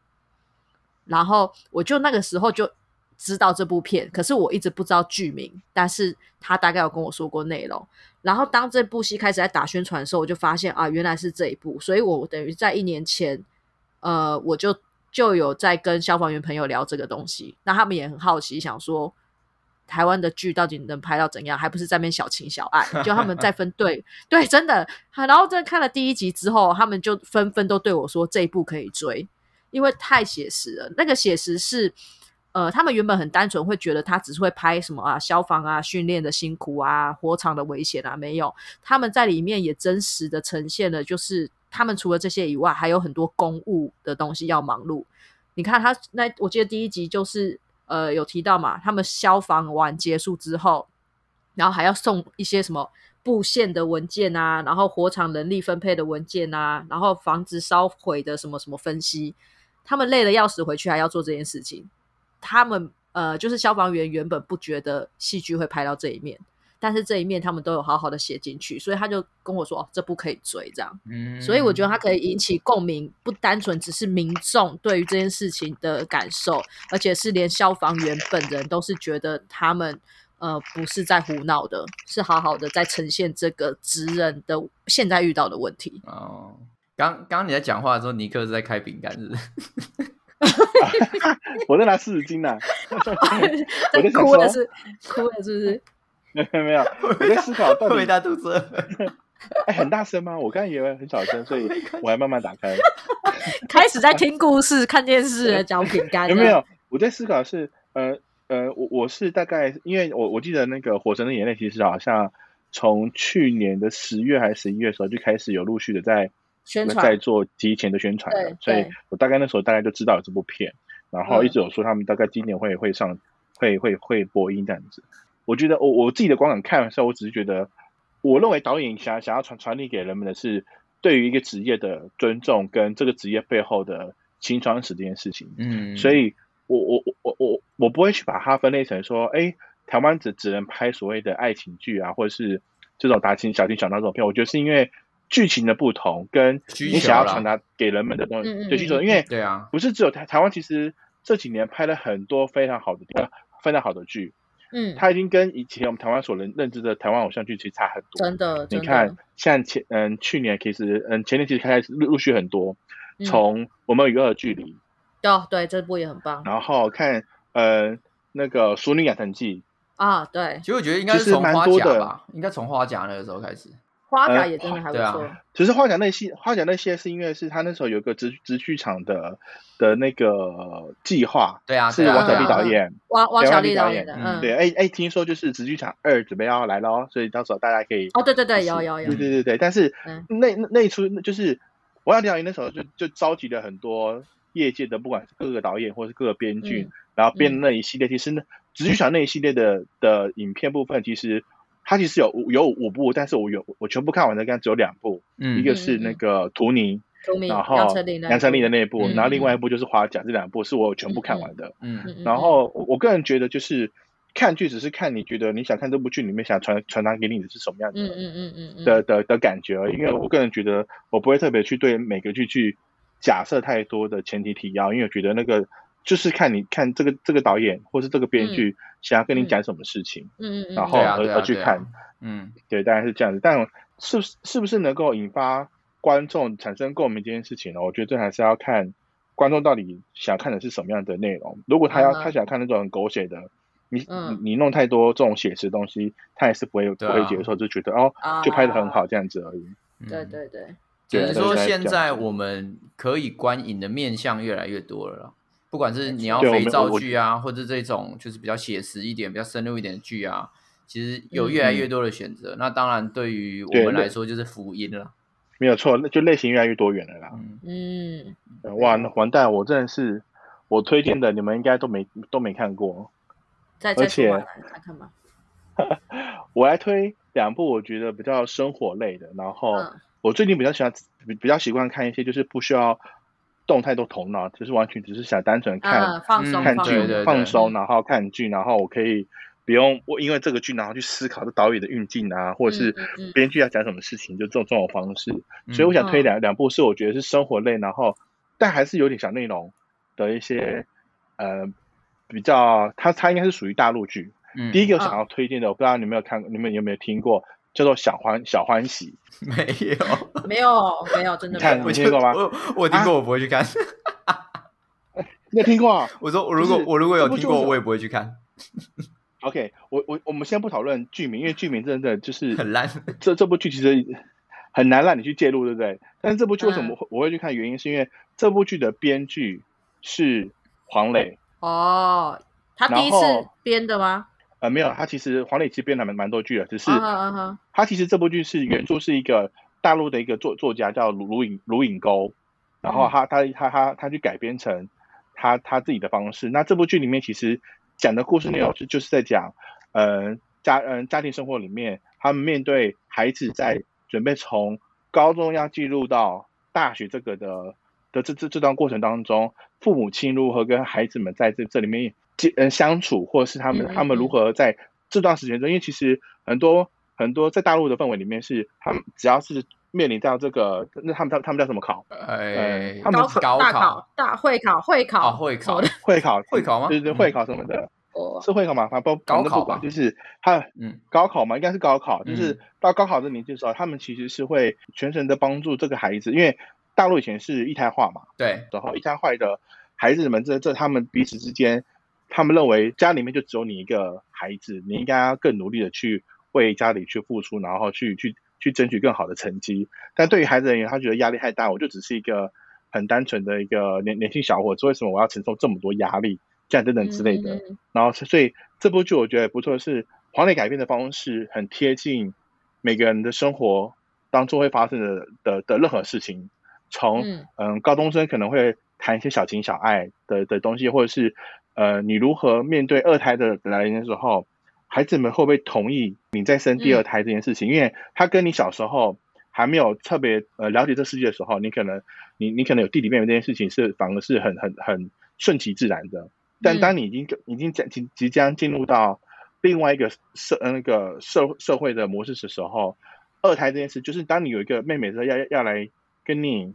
Speaker 1: 然后我就那个时候就知道这部片，可是我一直不知道剧名，但是他大概有跟我说过内容。然后当这部戏开始在打宣传的时候，我就发现啊，原来是这一部，所以我等于在一年前，呃，我就就有在跟消防员朋友聊这个东西，那他们也很好奇，想说台湾的剧到底能拍到怎样，还不是在那边小情小爱，就他们在分队， 对，真的。然后在看了第一集之后，他们就纷纷都对我说这一部可以追，因为太写实了。那个写实是，呃，他们原本很单纯，会觉得他只是会拍什么啊，消防啊，训练的辛苦啊，火场的危险啊，没有。他们在里面也真实的呈现了，就是他们除了这些以外，还有很多公务的东西要忙碌。你看他那，我记得第一集就是呃有提到嘛，他们消防完结束之后，然后还要送一些什么布线的文件啊，然后火场人力分配的文件啊，然后防止烧毁的什么什么分析，他们累得要死，回去还要做这件事情。他们呃，就是消防员原本不觉得戏剧会拍到这一面，但是这一面他们都有好好的写进去，所以他就跟我说：“哦，这不可以追这样。”
Speaker 2: 嗯，
Speaker 1: 所以我觉得它可以引起共鸣，不单纯只是民众对于这件事情的感受，而且是连消防员本人都是觉得他们呃不是在胡闹的，是好好的在呈现这个职人的现在遇到的问题。
Speaker 2: 哦，刚刚刚你在讲话的时候，尼克是在开饼干，是不是？
Speaker 3: 我在拿四十斤呢、 我就想
Speaker 1: 哭
Speaker 3: 说
Speaker 1: 了是哭了是不是？
Speaker 3: 没有没有，我在思考到
Speaker 2: 会
Speaker 3: 底
Speaker 2: 大肚子饿。
Speaker 3: 哎很大声吗？我刚才以为很小声，所以我还慢慢打开。
Speaker 1: 开始在听故事、看电视了、嚼饼干了，
Speaker 3: 有没有？我在思考是呃呃，我我是大概因为我我记得那个《火神的眼泪》其实好像从去年的十月还是十一月的时候就开始有陆续的在
Speaker 1: 宣
Speaker 3: 在
Speaker 1: 传？
Speaker 3: 做提前的宣传了
Speaker 1: 对，
Speaker 3: 所以
Speaker 1: 对
Speaker 3: 我大概那时候大概就知道有这部片，然后
Speaker 1: 嗯
Speaker 3: 一直有说他们大概今年会会上会会会播映这样子。我觉得我我自己的观感看的时候，我只是觉得，我认为导演想要想要传传递给人们的是对于一个职业的尊重跟这个职业背后的辛酸史这件事情。
Speaker 2: 嗯，
Speaker 3: 所以我我我我我我不会去把它分类成说，哎，台湾只只能拍所谓的爱情剧啊，或者是这种打情小情小闹这种片。我觉得是因为剧情的不同，跟
Speaker 2: 需
Speaker 3: 你
Speaker 2: 求
Speaker 3: 想要
Speaker 2: 啦
Speaker 3: 传达给人们的
Speaker 1: 嗯
Speaker 3: 东
Speaker 1: 嗯嗯
Speaker 3: 西对需求，
Speaker 1: 嗯
Speaker 3: 因为
Speaker 2: 对啊，
Speaker 3: 不是只有台台湾，其实这几年拍了很多非常好的地方。非常好的剧，
Speaker 1: 嗯，
Speaker 3: 它已经跟以前我们台湾所认认知的台湾偶像剧其实差很多。
Speaker 1: 真的，
Speaker 3: 你
Speaker 1: 真
Speaker 3: 看
Speaker 1: 的，，
Speaker 3: 像前嗯去年其实嗯前年其实开始陆陆续很多，
Speaker 1: 嗯
Speaker 3: 从《我们与恶的距离》
Speaker 1: 哦，对，这部也很棒
Speaker 3: 然后看呃那个《熟女养成记
Speaker 1: 啊，对
Speaker 2: 其，实我觉得应该
Speaker 3: 其实
Speaker 2: 是从
Speaker 3: 蛮
Speaker 2: 花
Speaker 3: 多
Speaker 2: 甲
Speaker 3: 的
Speaker 2: 吧，应该从花甲那个时候开始。
Speaker 1: 花甲
Speaker 3: 呃
Speaker 1: 也真的还不
Speaker 2: 对啊
Speaker 1: 错。》，
Speaker 3: 只是花甲那些花甲那些是因为是他那时候有个直直剧场的的那个计划，
Speaker 2: 对啊，
Speaker 3: 是
Speaker 2: 对啊
Speaker 3: 王小
Speaker 2: 对
Speaker 3: 利
Speaker 2: 啊
Speaker 3: 导演。
Speaker 1: 王王
Speaker 3: 对
Speaker 1: 小
Speaker 3: 王力
Speaker 1: 利
Speaker 3: 导
Speaker 1: 导
Speaker 3: 演
Speaker 1: 演的，
Speaker 2: 嗯
Speaker 1: 嗯，
Speaker 3: 对，哎哎，听说就是直剧场二准备要来咯，所以到时候大家可以
Speaker 1: 哦，对对对，有
Speaker 3: 是
Speaker 1: 有有
Speaker 3: 对，对对对，但是
Speaker 1: 嗯
Speaker 3: 那那那一出就是王小利导演那时候就就召集了很多业界的，不管是各个导演或是各个编剧，
Speaker 1: 嗯
Speaker 3: 然后编的那一系列，其实呢，只是想那一系列的的影片部分，其实它其实有五有五部，但是我有我全部看完的，刚只有两部，
Speaker 2: 嗯
Speaker 3: 一个是那个图尼，
Speaker 1: 图明、
Speaker 3: 然后
Speaker 1: 嗯杨丞琳的，
Speaker 3: 杨丞琳的那一部，
Speaker 1: 嗯
Speaker 3: 然后另外一部就是花甲，这两部是我全部看完的。
Speaker 2: 嗯，
Speaker 1: 嗯，
Speaker 3: 然后我我个人觉得就是。看剧只是看你觉得你想看这部剧里面想传传达给你的是什么样
Speaker 1: 嗯
Speaker 3: 的
Speaker 1: 嗯嗯嗯嗯，
Speaker 3: 的的的感觉，因为我个人觉得我不会特别去对每个剧去假设太多的前提提要，因为我觉得那个就是看你看这个这个导演或是这个
Speaker 1: 嗯
Speaker 3: 编剧想要跟你讲什么事情，
Speaker 1: 嗯嗯嗯，
Speaker 3: 然后
Speaker 2: 对啊，
Speaker 3: 而
Speaker 2: 对啊，
Speaker 3: 而去
Speaker 2: 对啊
Speaker 3: 看，
Speaker 2: 嗯，
Speaker 3: 对，大概是这样子。但是不是是不是能够引发观众产生共鸣这件事情呢？我觉得这还是要看观众到底想看的是什么样的内容。如果他要
Speaker 1: 嗯哼
Speaker 3: 他想看那种很狗血的，你、
Speaker 1: 嗯
Speaker 3: 你你弄太多这种写实东西，他也是不会不
Speaker 2: 对啊
Speaker 3: 会接受，就觉得哦
Speaker 1: 啊
Speaker 3: 就拍的很好这样子而已。
Speaker 2: 嗯
Speaker 1: 对对对，
Speaker 2: 只能说
Speaker 3: 对
Speaker 2: 现在
Speaker 3: 大家都是这样
Speaker 2: 我们可以观影的面向越来越多了啦，不管是你要
Speaker 3: 对我
Speaker 2: 肥
Speaker 3: 们
Speaker 2: 皂
Speaker 3: 我
Speaker 2: 剧啊，或者这种就是比较写实一点、比较深入一点的剧啊，其实有
Speaker 1: 嗯
Speaker 2: 越来越多的选择。那当然，对于我
Speaker 3: 嗯对
Speaker 2: 们
Speaker 3: 那
Speaker 2: 来说就是福音了。
Speaker 3: 没有错，那就类型越来越多元了啦。
Speaker 2: 嗯，
Speaker 1: 嗯，
Speaker 3: 呃哇，那完蛋，我真的是我推荐的，你们应该都没都没看过。
Speaker 1: 再再
Speaker 3: 而且
Speaker 1: 出来看看吧。
Speaker 3: 我来推两部我觉得比较生活类的，然后
Speaker 1: 嗯
Speaker 3: 我最近比较喜欢比比较习惯看一些就是不需要动太多头脑，就是完全只是想单纯看、
Speaker 1: 嗯，放松
Speaker 3: 看
Speaker 1: 放
Speaker 3: 剧
Speaker 2: 对
Speaker 1: 松
Speaker 2: 对，
Speaker 3: 放松，然后看剧，然后我可以不用我因为这个剧，然后去思考这导演的运镜啊，或者是
Speaker 1: 嗯嗯嗯
Speaker 3: 编剧要讲什么事情，就这种这种方式。所以我
Speaker 2: 想，
Speaker 3: 想推两、两部是我觉得是生活类，然后但还是有点小内容的一些呃比较，它它应该是属于大陆剧。
Speaker 2: 嗯
Speaker 3: 第一
Speaker 2: 个
Speaker 3: 个想要推荐的，我不知道你们有没有看过，你们有没有听过，叫做《小欢小欢喜》。
Speaker 2: 没有，
Speaker 1: 没有没有，真的
Speaker 3: 你看
Speaker 1: 没
Speaker 2: 我
Speaker 1: 有
Speaker 3: 嗯你。
Speaker 2: 就
Speaker 3: 听过吗啊
Speaker 2: 我我听过，我不会去看。
Speaker 3: 你有听过啊
Speaker 2: 我说，我如果我如果有
Speaker 3: 这部剧
Speaker 2: 听
Speaker 3: 为
Speaker 2: 过，
Speaker 3: 什么
Speaker 2: 我也不会去看，
Speaker 3: ？OK，我我我们先不讨论剧名，因为剧名真的就是
Speaker 2: 很烂。
Speaker 3: 这这部剧其实很难让你去介入，对不对？但是这部剧为什么
Speaker 1: 嗯
Speaker 3: 我会我会去看？原因是因为这部剧的编剧是黄磊，
Speaker 1: 哦，他第一次
Speaker 3: 然后
Speaker 1: 编的吗？
Speaker 3: 呃，没有，他其实黄磊其实编了蛮蛮多剧的，只
Speaker 2: 哦
Speaker 3: 是
Speaker 1: 嗯嗯嗯
Speaker 3: 他其实这部剧是原著是一个大陆的一个作作家叫卢卢隐卢隐沟，然后他他他他他去改编成他他自己的方式。那这部剧里面其实讲的故事内容是就是在讲，呃家嗯、呃、家庭生活里面，他们面对孩子在准备从高中要进入到大学这个的的这这这段过程当中，父母亲如何跟孩子们在这这里面接呃相处，或者是他们
Speaker 1: 嗯嗯
Speaker 3: 他们如何在这段时间中，因为其实很多很多在大陆的氛围里面是，他们只要是面临到这个，那他们他他们叫什么考？
Speaker 2: 哎，
Speaker 3: 呃他们
Speaker 1: 高考、
Speaker 2: 高
Speaker 1: 大
Speaker 2: 考
Speaker 1: 考、大会考、会
Speaker 2: 啊
Speaker 1: 考、
Speaker 2: 会
Speaker 1: 什
Speaker 2: 考
Speaker 1: 么的，
Speaker 3: 会考
Speaker 2: 会考吗
Speaker 3: 对对，
Speaker 2: 嗯
Speaker 3: 会考什么的，
Speaker 1: 哦
Speaker 3: 是会考吗？反正不反正
Speaker 2: 高考
Speaker 3: 不管，
Speaker 2: 吧
Speaker 3: 就是他
Speaker 2: 嗯
Speaker 3: 高考嘛，应该是高考，就
Speaker 2: 嗯
Speaker 3: 是到高考这年纪的时候，他们其实是会全程的帮助这个孩子，因为大陆以前是一胎化嘛，
Speaker 2: 对，
Speaker 3: 然后一胎化的孩子们这这他们彼此之间，他们认为家里面就只有你一个孩子，你应该要更努力的去为家里去付出，然后去去去争取更好的成绩。但对于孩子而言，他觉得压力太大，我就只是一个很单纯的一个年年轻小伙子，为什么我要承受这么多压力？这样等等之类
Speaker 1: 嗯
Speaker 3: 的。
Speaker 1: 嗯嗯
Speaker 3: 然后所以这部剧我觉得也不错的是，黄磊改编的方式很贴近每个人的生活当中会发生的的的任何事情，从
Speaker 1: 嗯
Speaker 3: 嗯高中生可能会谈一些小情小爱的的东西，或者是呃你如何面对二胎的来临的时候，孩子们会不会同意你再生第二胎这件事情？因为他跟你小时候。还没有特别呃了解这世界的时候，你可能你你可能有弟弟妹妹这件事情是反而是很很很顺其自然的，但当你已经已经将即即将进入到另外一个社呃那个社社会的模式的时候，二胎这件事，就是当你有一个妹妹的时候，要要要来跟你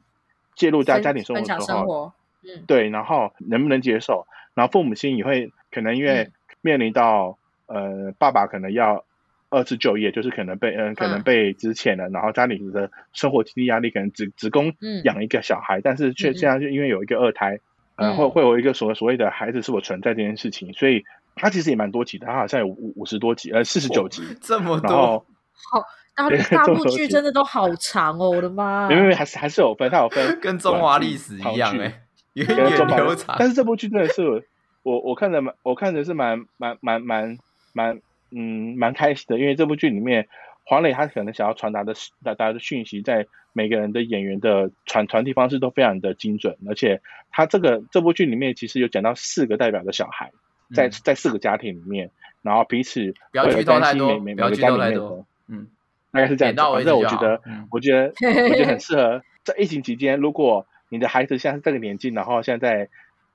Speaker 3: 介入家
Speaker 1: 分
Speaker 3: 家庭生活
Speaker 1: 分
Speaker 3: 的
Speaker 1: 享
Speaker 3: 时
Speaker 1: 生
Speaker 3: 候，
Speaker 1: 活，嗯
Speaker 3: 对，然后能不能接受？然后父母亲也会可能因为
Speaker 1: 嗯
Speaker 3: 面临到、呃爸爸可能要二次就业，就是可能被嗯、呃、可能
Speaker 1: 嗯
Speaker 3: 被之前了，然后家里的生活经济压力可能只只供
Speaker 1: 嗯
Speaker 3: 养一个小孩，但是
Speaker 1: 嗯
Speaker 3: 却
Speaker 1: 嗯
Speaker 3: 这样就因为有一个二胎，呃
Speaker 1: 嗯
Speaker 3: 会会有一个所所谓的孩子是我存在这件事情，所以它其实也蛮多集的，它好像有五五十多集，呃四十九集，
Speaker 2: 这么
Speaker 3: 然
Speaker 2: 多
Speaker 3: 后。
Speaker 1: 大
Speaker 3: 对
Speaker 1: 大
Speaker 3: 综
Speaker 1: 陆
Speaker 3: 合
Speaker 1: 剧
Speaker 3: 体
Speaker 1: 真的都好长哦，我的妈！
Speaker 3: 没没没，还是还是有分，它有分
Speaker 2: 跟中华
Speaker 3: 短剧
Speaker 2: 历史
Speaker 3: 长
Speaker 2: 一样
Speaker 3: 剧
Speaker 2: 哎、源
Speaker 3: 跟
Speaker 2: 远
Speaker 3: 中华
Speaker 2: 流
Speaker 3: 的
Speaker 2: 长。
Speaker 3: 但是这部剧真的是我我我看的蛮，我看的是蛮蛮蛮蛮蛮嗯蛮开心的，因为这部剧里面黄磊他可能想要传达的传达的讯息，在每个人的演员的传传递方式都非常的精准，而且他这个这部剧里面其实有讲到四个代表的小孩，在、
Speaker 2: 嗯
Speaker 3: 在四个家庭里面，然后彼此
Speaker 2: 不要
Speaker 3: 会有
Speaker 2: 剧透
Speaker 3: 担
Speaker 2: 太
Speaker 3: 心
Speaker 2: 多
Speaker 3: 每每
Speaker 2: 不要
Speaker 3: 每个
Speaker 2: 剧
Speaker 3: 家
Speaker 2: 透
Speaker 3: 里
Speaker 2: 太
Speaker 3: 面
Speaker 2: 多
Speaker 3: 的
Speaker 2: 嗯，
Speaker 3: 大概是这
Speaker 2: 点
Speaker 3: 样子，
Speaker 2: 到为止
Speaker 3: 反正我
Speaker 2: 就
Speaker 3: 觉
Speaker 2: 好
Speaker 3: 得，
Speaker 2: 嗯
Speaker 3: 我觉 得，我觉得很适合在疫情期间，如果你的孩子现在是这个年纪，然后现在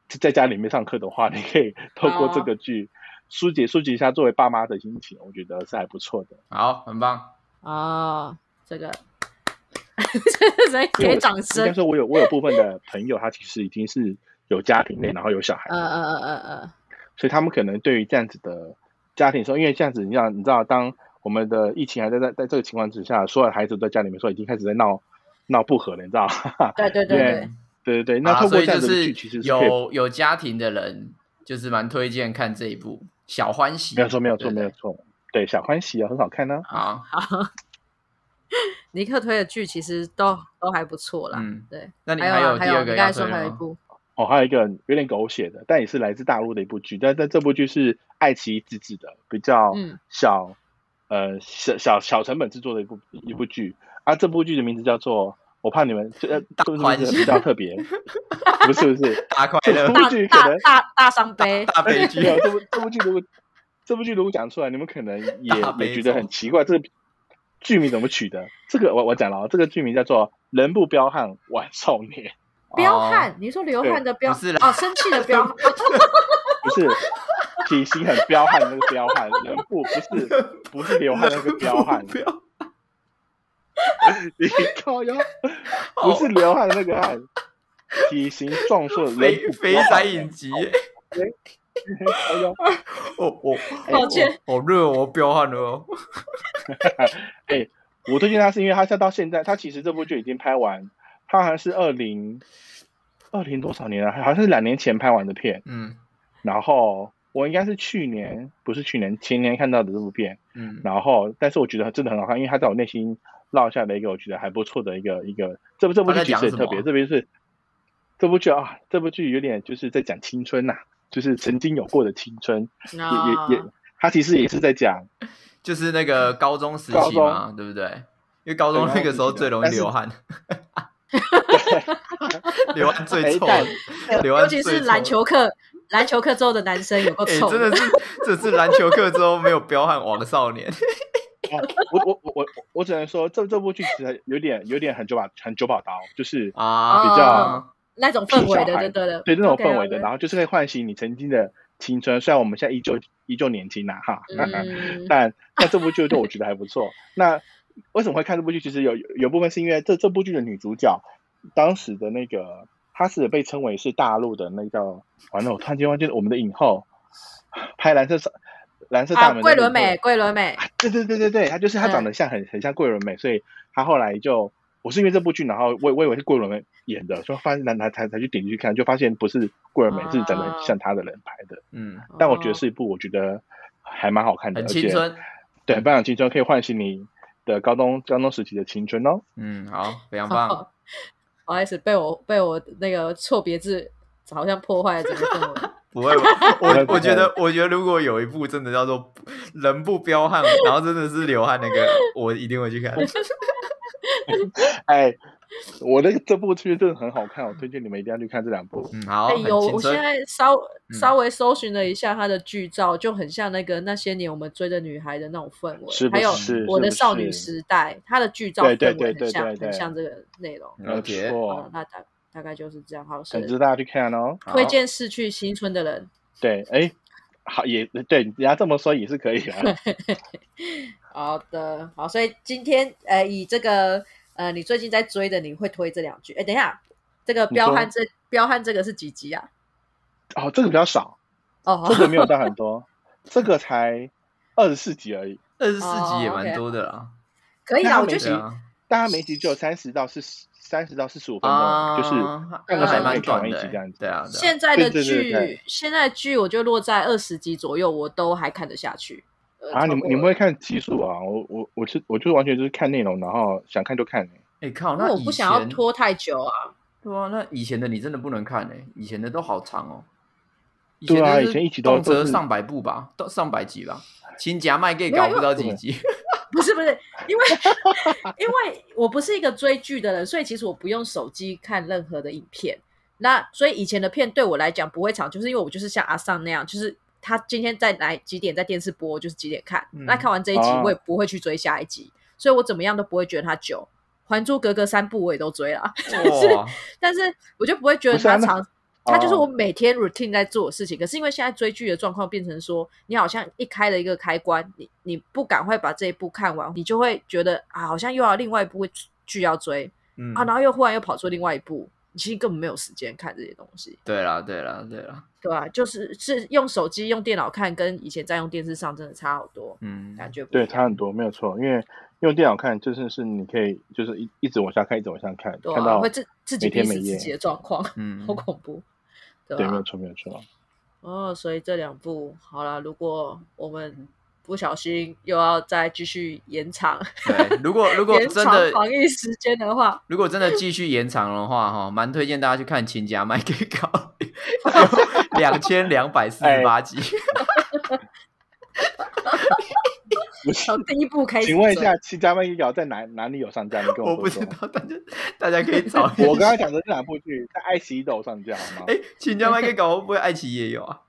Speaker 3: 在在家里面上课的话， 你可以透过
Speaker 1: 哦
Speaker 3: 这个剧疏解疏解一下作为爸妈的心情，我觉得是还不错的。
Speaker 2: 好，很棒。
Speaker 1: 哦，这个 这谁
Speaker 3: 因为
Speaker 1: 给
Speaker 3: 我
Speaker 1: 掌
Speaker 3: 应
Speaker 1: 声
Speaker 3: 该？说，我有我有部分的朋友，他其实已经是有家庭内，然后有小孩
Speaker 1: 嗯嗯嗯嗯嗯，
Speaker 3: 所以他们可能对于这样子的家庭说，因为这样子，你知道，你知道，当我们的疫情还在在在这个情况之下，所有的孩子都在家里面说已经开始在闹闹不和了，你知道吗？
Speaker 1: 对对对
Speaker 3: 因为
Speaker 1: 对，
Speaker 3: 对对对，
Speaker 2: 好
Speaker 3: 那
Speaker 2: 啦
Speaker 3: 透
Speaker 2: 啊所
Speaker 3: 过
Speaker 2: 以就
Speaker 3: 这样子的
Speaker 2: 是
Speaker 3: 剧，其实是可以
Speaker 2: 有有家庭的人，就是蛮推荐看这一部，小欢喜，
Speaker 3: 没有错，没有
Speaker 2: 对
Speaker 3: 错，
Speaker 2: 不
Speaker 3: 没
Speaker 2: 对
Speaker 3: 有错。对，小欢喜啊，很好看呢、
Speaker 2: 好，
Speaker 1: 尼克推的剧其实都都还不错啦。
Speaker 2: 嗯，
Speaker 1: 对，
Speaker 2: 那你
Speaker 1: 还有
Speaker 2: 有
Speaker 1: 啊
Speaker 2: 第
Speaker 1: 还有
Speaker 2: 二
Speaker 1: 你
Speaker 2: 个
Speaker 1: 刚才
Speaker 2: 要
Speaker 1: 说
Speaker 2: 推
Speaker 1: 还有
Speaker 2: 的
Speaker 1: 一
Speaker 2: 吗？
Speaker 1: 部，
Speaker 3: 哦，还有一个有点狗血的，但也是来自大陆的一部剧，但但这部剧是爱奇艺自制的，比较
Speaker 1: 嗯
Speaker 3: 小，呃，小小小成本制作的一部一部剧啊。这部剧的名字叫做，我怕你们这呃，这部
Speaker 2: 欢
Speaker 3: 名字
Speaker 2: 喜
Speaker 3: 比较 特别，不是不是，
Speaker 2: 大快
Speaker 3: 这
Speaker 2: 乐
Speaker 3: 部剧可
Speaker 1: 大
Speaker 3: 能
Speaker 1: 大大伤悲，
Speaker 2: 大悲剧
Speaker 3: 没，有这部这部剧如果这部剧如果讲出来，你们可能也
Speaker 2: 大悲
Speaker 3: 也觉得很
Speaker 2: 咒
Speaker 3: 奇怪，这个剧名怎么取的？这个我我讲了啊，这个剧名叫做《人不彪悍枉少年》。
Speaker 1: 彪
Speaker 2: 哦
Speaker 1: 悍，你说流汗的彪
Speaker 2: 不是啦
Speaker 1: 哦，生气的彪，
Speaker 3: 不是体型很彪悍的那个彪悍，人不不是不是流汗那个 彪悍，
Speaker 2: 不要
Speaker 3: 你靠腰，不是流汗的那个汗，体型壮硕的人
Speaker 2: 肥
Speaker 3: 不
Speaker 2: 肥
Speaker 3: 彪悍
Speaker 2: 宅影集，
Speaker 3: 靠腰。哎
Speaker 2: 我我
Speaker 1: 抱歉，
Speaker 2: 好热哦哦，我彪悍了哦，
Speaker 3: 我推荐他是因为他到现在，他其实这部剧已经拍完，他好像是二零二零多少年了，好像是两年前拍完的片，
Speaker 2: 嗯
Speaker 3: 然后。我应该是去年，不是去年，前年看到的这部片，
Speaker 2: 嗯，
Speaker 3: 然后，但是我觉得真的很好看，因为它在我内心落下了一个我觉得还不错的一个一个，这部这部
Speaker 2: 它
Speaker 3: 剧
Speaker 2: 在
Speaker 3: 其
Speaker 2: 讲
Speaker 3: 实很
Speaker 2: 什
Speaker 3: 特
Speaker 2: 么
Speaker 3: 别，
Speaker 2: 啊
Speaker 3: 这边是这部剧啊，这部剧有点就是在讲青春呐、就是曾经有过的青春，
Speaker 1: 啊
Speaker 3: 也也也，它其实也是在讲
Speaker 2: 就是那个高中时
Speaker 3: 高
Speaker 2: 期
Speaker 3: 中
Speaker 2: 嘛，对不对？因为高中
Speaker 3: 对
Speaker 2: 那个时候最容易
Speaker 3: 但是
Speaker 2: 流 汗，流汗最
Speaker 3: 哎
Speaker 2: 臭
Speaker 3: 但
Speaker 2: 了， 流汗
Speaker 1: 尤
Speaker 2: 最
Speaker 1: 其
Speaker 2: 臭
Speaker 1: 是篮
Speaker 2: 了
Speaker 1: 球课篮球课之后的男生有够
Speaker 2: 哎、
Speaker 1: 臭，
Speaker 2: 真的是，这是篮球课之后没有彪悍王 少年，
Speaker 3: 啊，我我我我我只能说这这部剧其实有点有点很九把很九把刀，就是
Speaker 2: 啊，
Speaker 3: 比较
Speaker 1: 那种氛围的，
Speaker 3: 小
Speaker 1: 对
Speaker 3: 孩
Speaker 1: 对的，
Speaker 3: 对这种氛围
Speaker 1: OK，OK
Speaker 3: 的，然后就是会唤醒你曾经的青春，虽然我们现在依旧依旧年轻呐、哈。
Speaker 1: 嗯，
Speaker 3: 但但这部剧对我觉得还不错。那为什么会看这部剧？其实有有有部分是因为这这部剧的女主角当时的那个，她是被称为是大陆的那个，完了我突然间忘记了我们的影后，拍蓝色少蓝色大
Speaker 1: 啊，
Speaker 3: 门、
Speaker 1: 桂纶镁，，嗯桂纶镁，
Speaker 3: 啊，对对对对对，她就是她长得像很、很像桂纶镁，所以她后来就。我是因为这部剧，然后我我以为是桂纶镁演的，所以发现才才才去点进去看，就发现不是桂纶镁，是长
Speaker 1: 哦
Speaker 3: 得像她的人拍的。
Speaker 2: 嗯，
Speaker 3: 但我觉得是一部我觉得还蛮好看的，
Speaker 2: 很
Speaker 3: 而
Speaker 2: 青
Speaker 3: 且
Speaker 2: 春，
Speaker 3: 对，《班长青春》可以唤醒你的高中高中时期的青春哦。
Speaker 2: 嗯，好，非常
Speaker 1: 哦
Speaker 2: 棒，。
Speaker 1: 不好意思，被我被我那个错别字好像破坏了整个氛围。
Speaker 2: 不会吧，
Speaker 3: 不会
Speaker 2: 我
Speaker 3: 不
Speaker 2: 我觉
Speaker 3: 会
Speaker 2: 得，我觉得如果有一部真的叫做“人不彪悍”，然后真的是流汗那个，我一定会去看。
Speaker 3: 哎，我那个这部剧真的很好看，我推荐你们一定要去看这两部。
Speaker 2: 嗯，好，
Speaker 1: 哎
Speaker 2: 很
Speaker 1: 有，
Speaker 2: 青
Speaker 1: 我现
Speaker 2: 春
Speaker 1: 在稍
Speaker 2: 嗯
Speaker 1: 稍微搜寻了一下他的剧照，就很像那个那些年我们追的女孩的那种氛围，
Speaker 3: 是不
Speaker 1: 还有
Speaker 3: 是
Speaker 1: 我的
Speaker 3: 是不
Speaker 1: 少女
Speaker 3: 是
Speaker 1: 时代，他的剧照
Speaker 3: 对对
Speaker 1: 氛围
Speaker 3: 对对
Speaker 1: 很像，
Speaker 3: 对对
Speaker 1: 很像这个内容。
Speaker 2: 了解，
Speaker 1: 好
Speaker 3: 错
Speaker 1: 了，，那大大概就是这样，好
Speaker 3: 很值
Speaker 1: 嗯是
Speaker 3: 得大家去看哦。
Speaker 2: 好
Speaker 1: 推荐逝去青春的人。
Speaker 3: 对，哎，好也对，人家这么说也是可以 啊的。
Speaker 1: 好的，好，所以今天呃，以这个呃，你最近在追的，你会推这两句。哎，等一下，这个
Speaker 3: 你
Speaker 1: 彪
Speaker 3: 说
Speaker 1: 悍这彪悍这个是几集啊？
Speaker 3: 哦，这个比较少，
Speaker 1: 哦，好
Speaker 3: 这 个没有到 很多，这个才二十四集而已，
Speaker 2: 二十四集也
Speaker 1: 哦，OK
Speaker 2: 蛮多的啦。
Speaker 1: 可以
Speaker 3: 那
Speaker 1: 啦，
Speaker 3: 他
Speaker 1: 我
Speaker 3: 每
Speaker 1: 觉
Speaker 3: 集
Speaker 1: 得
Speaker 2: 对啊，
Speaker 3: 但它每集只有三十到四十三十到四十五分钟，
Speaker 2: 啊，
Speaker 3: 就是半
Speaker 2: 那
Speaker 3: 个
Speaker 2: 还
Speaker 3: 小时可以
Speaker 2: 蛮
Speaker 3: 看
Speaker 2: 短
Speaker 3: 完一
Speaker 2: 的
Speaker 3: 集
Speaker 2: 欸，
Speaker 3: 这样子。
Speaker 2: 对啊，对啊
Speaker 1: 现在的
Speaker 3: 对对对
Speaker 1: 剧，
Speaker 3: 对
Speaker 1: 现在的剧我就落在二十集左右，我都还看得下去。呃
Speaker 3: 啊，
Speaker 1: 超
Speaker 3: 你们
Speaker 1: 过
Speaker 3: 你们
Speaker 1: 了
Speaker 3: 会看集数啊？我我我是我就是完全就是看内容，然后想看就看。
Speaker 2: 哎靠，
Speaker 1: 因
Speaker 2: 那
Speaker 1: 为我
Speaker 2: 以
Speaker 1: 不想要
Speaker 2: 前
Speaker 1: 拖太久啊。
Speaker 2: 对啊，那以前的你真的不能看哎、以前的都好长哦。
Speaker 3: 对啊
Speaker 2: 的是
Speaker 3: 以前一集都
Speaker 2: 动
Speaker 3: 都
Speaker 2: 辄
Speaker 3: 是
Speaker 2: 上百部吧，到上百集吧。亲家卖给
Speaker 1: 没有因
Speaker 2: 搞
Speaker 1: 为
Speaker 2: 不知道几集，
Speaker 1: 不是不是，因为 因为我不是一个追剧的人，所以其实我不用手机看任何的影片。那所以以前的片对我来讲不会长，就是因为我就是像阿尚那样，就是他今天在哪几点在电视播，我就是几点看。
Speaker 2: 嗯
Speaker 1: 那看完这一集，
Speaker 3: 哦
Speaker 1: 我也不会去追下一集，所以我怎么样都不会觉得它久。《还珠格格》三部我也都追了，
Speaker 2: 哇，
Speaker 1: 但 是我就不会觉得
Speaker 3: 不是啊
Speaker 1: 它
Speaker 3: 那
Speaker 1: 长。它就是我
Speaker 3: 哦
Speaker 1: 每天 routine 在做的事情，可是因为现在追剧的状况变成说，你好像一开了一个开关，你你不赶快把这一部看完，你就会觉得啊，好像又要另外一部剧要追
Speaker 2: 嗯，
Speaker 1: 啊，然后又忽然又跑出另外一部，你其实根本没有时间看这些东西，
Speaker 2: 对啦，对啦，对啦，
Speaker 1: 对吧、就是是用手机、用电脑看，跟以前在用电视上真的差好多，
Speaker 2: 嗯，
Speaker 1: 感觉不一
Speaker 3: 对，
Speaker 1: 样
Speaker 3: 差很多，没有错。因为用电脑看，就是是你可以就是一一直往下看，一直往下看，
Speaker 1: 对
Speaker 3: 看
Speaker 1: 啊，
Speaker 3: 到
Speaker 1: 会自自己
Speaker 3: 每
Speaker 1: 逼
Speaker 3: 天
Speaker 1: 死
Speaker 3: 每
Speaker 1: 自
Speaker 3: 夜
Speaker 1: 己的状况，
Speaker 2: 嗯
Speaker 1: 好恐怖，对
Speaker 3: 对，
Speaker 1: 吧、
Speaker 3: 没有错，没有错。
Speaker 1: 哦，所以这两部好了，如果我们不小心又要再继续延长，
Speaker 2: 对，如果 如果
Speaker 1: 延
Speaker 2: 真
Speaker 1: 长
Speaker 2: 的
Speaker 1: 防疫时间的话，
Speaker 2: 如果真的继续延长的话，哈，蛮推荐大家去看《秦家麦给搞》， 两千两百四十八集。
Speaker 3: 不是
Speaker 1: 从第一部开始追，
Speaker 3: 请问一下，《七家麦一角》在哪哪里有上架？你 跟
Speaker 2: 我
Speaker 3: 说
Speaker 2: 不知。道，
Speaker 3: 说
Speaker 2: 大家大家可以找一
Speaker 3: 我刚
Speaker 2: 下。
Speaker 3: 刚讲的这两部剧在爱奇艺都有上架好吗？
Speaker 2: 哎，《秦家麦给搞》会不会爱奇艺也有啊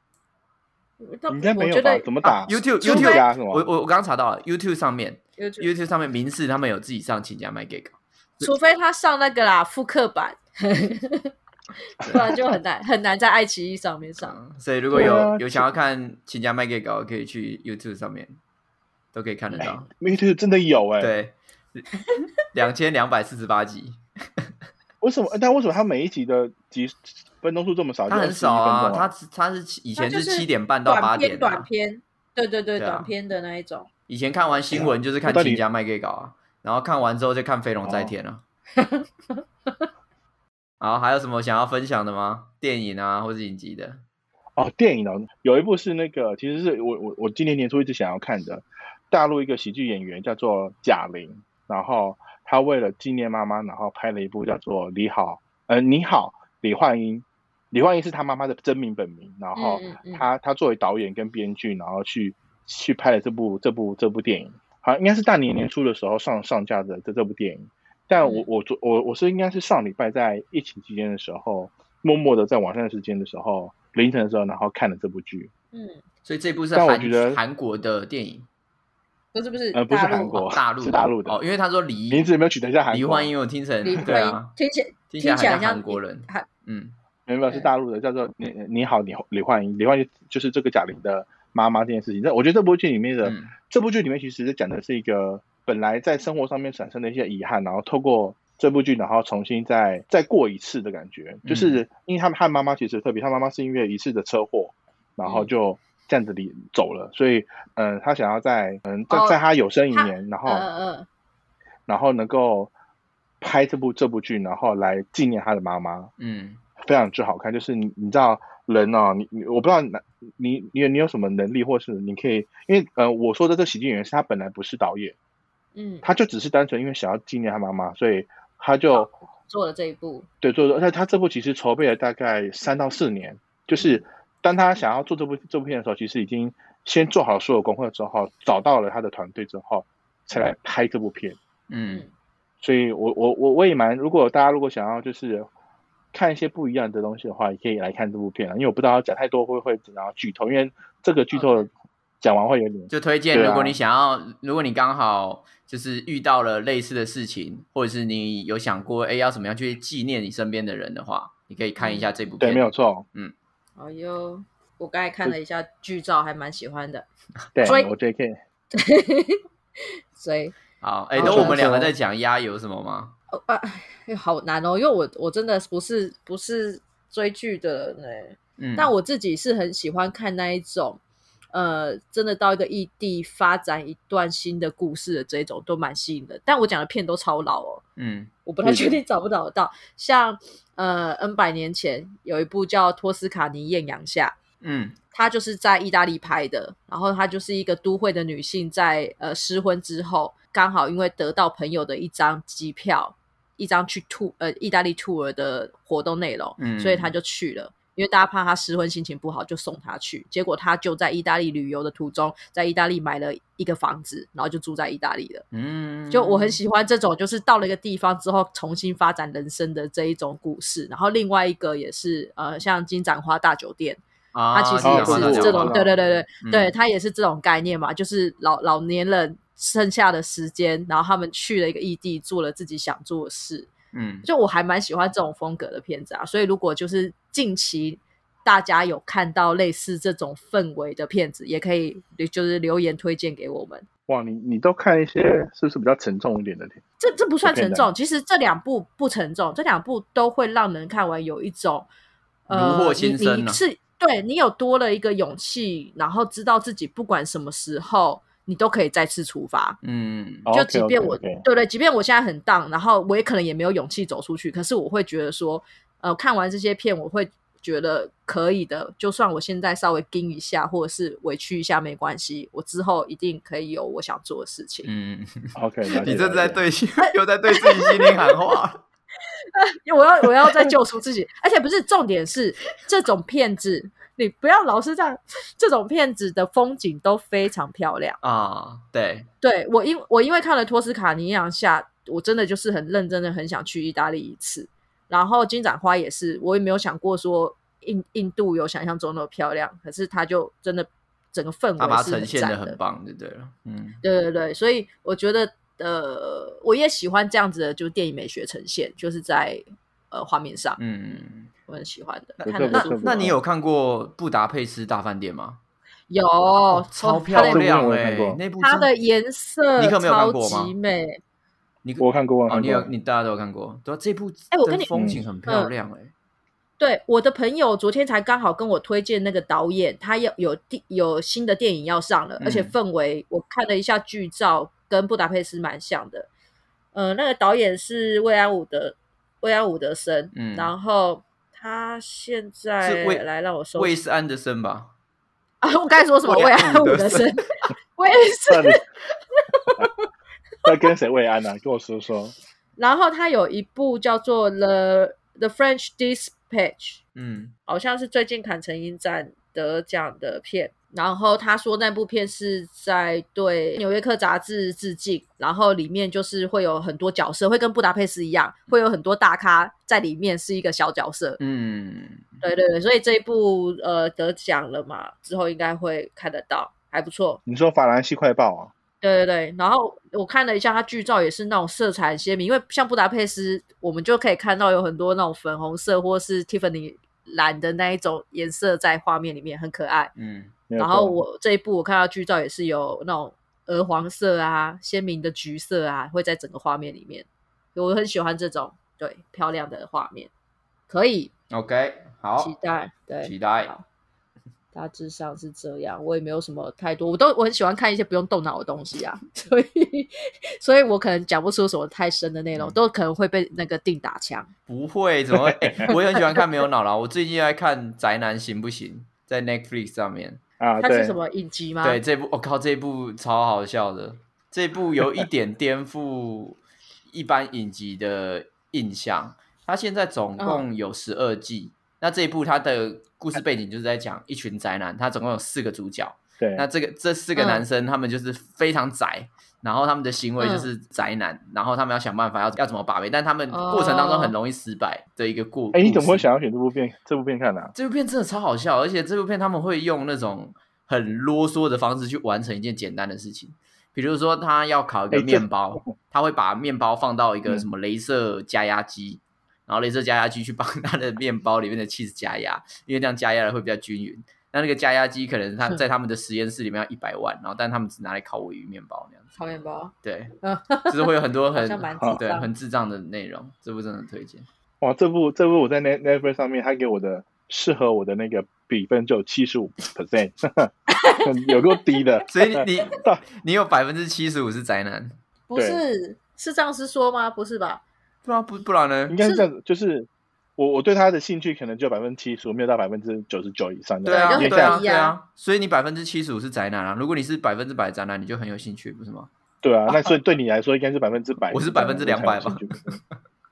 Speaker 1: 那
Speaker 3: 应该没
Speaker 1: 我
Speaker 3: 有
Speaker 1: 觉
Speaker 3: 吧
Speaker 1: 得？
Speaker 3: 怎么打
Speaker 2: ？YouTube
Speaker 1: 除非
Speaker 2: YouTube
Speaker 3: 啊什么
Speaker 2: 我我我刚刚查到了 YouTube 上面
Speaker 1: YouTube
Speaker 2: YouTube 上面民视他们有自己上《秦家麦给搞》，
Speaker 1: 除非他上那个啦复刻版， 不然就很难很难在爱奇艺上面 上。
Speaker 2: 所以如果
Speaker 3: 对啊
Speaker 2: 有有想要看《秦家麦给搞》，可以去 YouTube 上面都可以看得到。
Speaker 3: ？YouTube 真的有哎、
Speaker 2: 对，两千两百四十八集。
Speaker 3: 为什么？但为什么他每一集的集分钟数哦这么少？
Speaker 2: 它
Speaker 3: 就
Speaker 2: 很
Speaker 3: 21
Speaker 2: 少啊，
Speaker 3: 分钟
Speaker 2: 它只它是以前
Speaker 1: 它就是
Speaker 2: 七点半到
Speaker 1: 短
Speaker 2: 八点、啊
Speaker 1: 片，短片，对对对，
Speaker 2: 对啊
Speaker 1: 短片的那一种。
Speaker 2: 以前看完新闻就是看
Speaker 3: 我到
Speaker 2: 《
Speaker 3: 底哦
Speaker 2: 请家卖给稿》啊，然后看完之后就看《飞龙在天》啊。好，还有什么想要分享的吗？电影啊，或是影集的？
Speaker 3: 哦，电影哦，有一部是那个，其实是我我我今年年初一直想要看的，大陆一个喜剧演员叫做贾玲，然后她为了纪念妈妈，然后拍了一部叫做《你好》，呃，你好，李焕英，李焕英是她妈妈的真名本名，然后
Speaker 1: 嗯嗯嗯
Speaker 3: 她她作为导演跟编剧，然后去去拍了这部这部这部电影，好，应该是大年年初的时候上上架的这这部电影。但我
Speaker 1: 嗯
Speaker 3: 我昨我我是应该是上礼拜在疫情期间的时候，默默的在晚上的时间的时候，凌晨的时候，然后看了这部剧。
Speaker 1: 嗯，
Speaker 2: 所以这部是
Speaker 3: 但我
Speaker 2: 韩
Speaker 3: 觉得
Speaker 2: 韩国的电影，
Speaker 1: 不是不是，
Speaker 3: 呃不是
Speaker 1: 大陆
Speaker 3: 韩国
Speaker 2: 哦大陆
Speaker 3: 是大陆的
Speaker 2: 哦，因为他说离
Speaker 3: 名字有没有取得一下韩国？啊
Speaker 2: 离焕英，我听成
Speaker 1: 李
Speaker 2: 对
Speaker 1: 焕英
Speaker 2: 啊，，
Speaker 1: 听起来
Speaker 2: 听起来
Speaker 1: 听起来
Speaker 2: 很像
Speaker 1: 像
Speaker 2: 韩国人，
Speaker 1: 还
Speaker 2: 嗯，
Speaker 3: 没有没有是大陆的，叫做你你好李李焕英，李焕英就是这个贾玲的妈妈这件事情。但我觉得这部剧里面的、
Speaker 2: 嗯
Speaker 3: 这部剧里面其实讲的是一个本来在生活上面产生的一些遗憾，然后透过这部剧，然后重新再再过一次的感觉。就是因为他们和妈妈其实特别，他妈妈是因为一次的车祸，然后就这样子离走了，所以嗯、呃他想要在嗯、
Speaker 1: 哦
Speaker 3: 在在他有生以
Speaker 1: 他
Speaker 3: 年，然后、
Speaker 1: 嗯嗯嗯，
Speaker 3: 然后能够拍这部这部剧，然后来纪念他的妈妈。
Speaker 2: 嗯，
Speaker 3: 非常之好看，就是你你知道人哦，你你我不知道哪你你你有什么能力，或是你可以，因为呃我说的这喜剧演员是他本来不是导演，
Speaker 1: 嗯，
Speaker 3: 他就只是单纯因为想要纪念他妈妈，所以他就
Speaker 1: 做了这一部，
Speaker 3: 对做做，而且他这部其实筹备了大概三到四年，就是当他想要做这部这部片的时候，其实已经先做好所有功课之后，找到了他的团队之后，才来拍这部片。
Speaker 2: 嗯
Speaker 3: 所以我我我我也蛮，如果大家如果想要就是看一些不一样的东西的话，也可以来看这部片啊，因为我不知道讲太多会不会然后剧透，因为这个剧透讲完会有点。
Speaker 2: 就推荐，
Speaker 3: 对啊
Speaker 2: 如果你想要，如果你刚好就是遇到了类似的事情，或者是你有想过，哎，要怎么样去纪念你身边的人的话，你可以看一下这部片。
Speaker 3: 对，没有错。
Speaker 1: 哎呦，我刚才看了一下剧照，还蛮喜欢的，
Speaker 3: 对
Speaker 1: 追，
Speaker 3: 我觉得可以。
Speaker 1: 所以
Speaker 2: 好，哎，
Speaker 1: 好
Speaker 2: 等我们
Speaker 3: 没错
Speaker 2: 两个在讲鸭有什么吗？
Speaker 1: 哦啊，哎好难哦，因为我我真的不是不是追剧的人哎、
Speaker 2: 嗯，
Speaker 1: 但我自己是很喜欢看那一种，呃，真的到一个异地发展一段新的故事的这一种，都蛮吸引的。但我讲的片都超老哦，
Speaker 2: 嗯
Speaker 1: 我不太
Speaker 3: 嗯
Speaker 1: 确定找不找得到。像呃，N 百年前有一部叫《托斯卡尼艳阳下》，
Speaker 2: 嗯
Speaker 1: 它就是在意大利拍的，然后它就是一个都会的女性在呃失婚之后，刚好因为得到朋友的一张机票，一张去 tour 呃意大利 tour 的活动内容，
Speaker 2: 嗯
Speaker 1: 所以她就去了。因为大家怕她失婚，心情不好，就送她去。结果她就在意大利旅游的途中，在意大利买了一个房子，然后就住在意大利了。
Speaker 2: 嗯，
Speaker 1: 就我很喜欢这种，就是到了一个地方之后重新发展人生的这一种故事。然后另外一个也是呃，像金盏花大酒店，
Speaker 2: 啊，
Speaker 1: 它其实也
Speaker 3: 哦
Speaker 1: 是
Speaker 3: 这
Speaker 1: 这
Speaker 3: 种
Speaker 1: 种，对对对对对，
Speaker 2: 嗯
Speaker 1: 它也是这种概念嘛，就是老老年人剩下的时间，然后他们去了一个异地，做了自己想做的事，
Speaker 2: 嗯
Speaker 1: 就我还蛮喜欢这种风格的片子啊。所以如果就是近期大家有看到类似这种氛围的片子，也可以就是留言推荐给我们。
Speaker 3: 哇，你你都看一些是不是比较沉重一点的片？
Speaker 1: 这这不算
Speaker 3: 片
Speaker 1: 沉
Speaker 3: 的
Speaker 1: 重，其实这两部不沉重，这两部都会让人看完有一种呃，
Speaker 2: 如获新生啊
Speaker 1: 你你是对你有多了一个勇气，然后知道自己不管什么时候，你都可以再次出发。
Speaker 2: 嗯
Speaker 3: 哦
Speaker 1: 就即便我
Speaker 3: OK，OK，OK
Speaker 1: 对对，即便我现在很荡，然后我也可能也没有勇气走出去，可是我会觉得说，呃，看完这些片，我会觉得可以的，就算我现在稍微盯一下，或者是委屈一下没关系，我之后一定可以有我想做的事情。
Speaker 2: 嗯，
Speaker 3: OK，了解
Speaker 2: 你这
Speaker 3: 了
Speaker 2: 是在
Speaker 3: 解
Speaker 2: 对又在对自己心灵喊话。
Speaker 1: 因为我要我要再救赎自己， 而且不是重点是这种骗子，你不要老是这样，这种骗子的风景都非常漂亮。
Speaker 2: 啊，对，
Speaker 1: 对我因我因为看了托斯卡尼亚下，我真的就是很认真的很想去意大利一次。然后金盏花也是，我也没有想过说印印度有想象中的漂亮，可是它就真的整个氛
Speaker 2: 他
Speaker 1: 围
Speaker 2: 把它
Speaker 1: 是
Speaker 2: 呈现
Speaker 1: 赞
Speaker 2: 的
Speaker 1: 的
Speaker 2: 很棒，就对了。嗯，
Speaker 1: 对对对，所以我觉得呃，我也喜欢这样子的，就是电影美学呈现，就是在呃画面上，
Speaker 2: 嗯，
Speaker 1: 我很喜欢的。
Speaker 2: 那
Speaker 1: 看得
Speaker 3: 这不
Speaker 2: 那
Speaker 1: 出
Speaker 3: 错不
Speaker 2: 那你
Speaker 3: 错
Speaker 2: 有看过《布达佩斯大饭店》吗？哦
Speaker 1: 有、它
Speaker 2: 超漂
Speaker 1: 的
Speaker 2: 亮
Speaker 3: 我有
Speaker 2: 哎
Speaker 3: 看过，
Speaker 2: 那部
Speaker 1: 它
Speaker 2: 真
Speaker 1: 的颜色
Speaker 2: 尼克没有看
Speaker 1: 超
Speaker 2: 过吗
Speaker 1: 级美，
Speaker 2: 尼克
Speaker 3: 我看过，我
Speaker 2: 哦，
Speaker 3: 看
Speaker 2: 你
Speaker 3: 过。 嗯
Speaker 2: 有你大家都有看过，对啊，这部
Speaker 1: 哎我
Speaker 2: 的
Speaker 1: 跟你嗯
Speaker 2: 风景很漂亮哎，
Speaker 1: 对，我的朋友昨天才刚好跟我推荐那个导演，他有有第有新的电影要上了，而且
Speaker 2: 嗯
Speaker 1: 氛围我看了一下剧照，跟布达佩斯蛮像的。呃，那个导演是魏安伍德，魏安伍德森，
Speaker 2: 嗯
Speaker 1: 然后他现在
Speaker 2: 是魏
Speaker 1: 来让我搜
Speaker 2: 魏斯安德森吧？
Speaker 1: 啊，我刚才说什么？
Speaker 2: 魏
Speaker 1: 魏
Speaker 2: 安
Speaker 1: 安
Speaker 2: 伍
Speaker 1: 伍
Speaker 2: 德
Speaker 1: 德
Speaker 2: 森
Speaker 1: 森， 我也是。
Speaker 3: 那你在跟谁慰安呢？跟我说说。
Speaker 1: 然后他有一部叫做《The The French Dispatch》，
Speaker 2: 嗯，
Speaker 1: 好像是最近坎城影展得奖的片。然后他说那部片是在对《纽约客》杂志致敬，然后里面就是会有很多角色，会跟布达佩斯一样，会有很多大咖在里面是一个小角色。
Speaker 2: 嗯，
Speaker 1: 对对对，所以这一部呃得奖了嘛，之后应该会看得到，还不错。
Speaker 3: 你说法兰西快报啊？
Speaker 1: 对对对，然后我看了一下，它剧照也是那种色彩很鲜明，因为像布达佩斯，我们就可以看到有很多那种粉红色或是 Tiffany 蓝的那一种颜色在画面里面，很可爱。
Speaker 2: 嗯，
Speaker 3: 没有
Speaker 1: 然后
Speaker 3: 错
Speaker 1: 我这一部我看到剧照也是有那种鹅黄色啊、鲜明的橘色啊，会在整个画面里面，我很喜欢这种对漂亮的画面，可以
Speaker 2: OK，好，
Speaker 1: 期待，对，
Speaker 2: 期待
Speaker 1: 好大致上是这样，我也没有什么太多，我都我很喜欢看一些不用动脑的东西啊， 所以所以我可能讲不出什么太深的内容，
Speaker 2: 嗯
Speaker 1: 都可能会被那个定打枪。
Speaker 2: 不会，怎么会？ 哎我也很喜欢看没有脑啦，我最近在看《宅男行不行》在 Netflix 上面。
Speaker 3: 啊，
Speaker 1: 它
Speaker 3: 对
Speaker 1: 是什么影集
Speaker 3: 啊
Speaker 1: 吗？
Speaker 2: 对，这部我、靠，这部超好笑的，这部有一点颠覆一般影集的印象。它现在总
Speaker 3: 嗯
Speaker 2: 共有十二季，那这一部它的故事背景就是在讲一群宅男，它总共有四个主角。
Speaker 3: 对，
Speaker 2: 那这个这四个
Speaker 1: 嗯
Speaker 2: 男生，他们就是非常宅，然后他们的行
Speaker 3: 嗯
Speaker 2: 为就是宅男，然后他们要想办法要要怎么把妹，但他们过程当中很
Speaker 1: 哦
Speaker 2: 容易失败的一个故。
Speaker 3: 哎，你怎么
Speaker 2: 故
Speaker 3: 会
Speaker 2: 事
Speaker 3: 想要选这部片？这部片看啊呢？
Speaker 2: 这部片真的超好笑，而且这部片他们会用那种很啰嗦的方式去完成一件简单的事情，比如说他要烤一
Speaker 3: 哎
Speaker 2: 个
Speaker 3: 这
Speaker 2: 面包，他会把面包放到一个
Speaker 3: 嗯
Speaker 2: 什么镭射加压机，然后镭射加压机去帮他的面包里面的 cheese 加压，因为这样加压的会比较均匀。那那个加压机可能他
Speaker 1: 是
Speaker 2: 在他们的实验室里面要一百万，然后但他们只拿来烤尾鱼面包那样子，
Speaker 1: 超面包，
Speaker 2: 对，
Speaker 1: 嗯，
Speaker 2: 就是会有很多
Speaker 1: 好
Speaker 2: 很
Speaker 1: 像蛮
Speaker 3: 智
Speaker 2: 对
Speaker 1: 障
Speaker 2: 很智障的内容，这部真的推荐。
Speaker 3: 哇，这部这部我在 Net Netflix 上面，它给我的适合我的那个比分只有七十五 percent，有够低的。
Speaker 2: 所以你你有百分之七十五是宅男，
Speaker 1: 不是是这样是说吗？不是吧？
Speaker 2: 对啊，不不然呢
Speaker 1: 嗯
Speaker 3: 应？该是这样子，就是我我对他的兴趣可能就百分之七十五，没有到百分之九十九以上的。
Speaker 2: 对啊，
Speaker 1: 就
Speaker 3: 接
Speaker 1: 很
Speaker 2: 对
Speaker 3: 下来
Speaker 2: 啊，
Speaker 1: 不一
Speaker 2: 对
Speaker 1: 样
Speaker 2: 啊，所以你百分之七十五是宅男啊。如果你是百分之百宅男，你就很有兴趣，不是吗？
Speaker 3: 对啊，那所以对你来说应该是百分之 百。
Speaker 2: 我是100%吧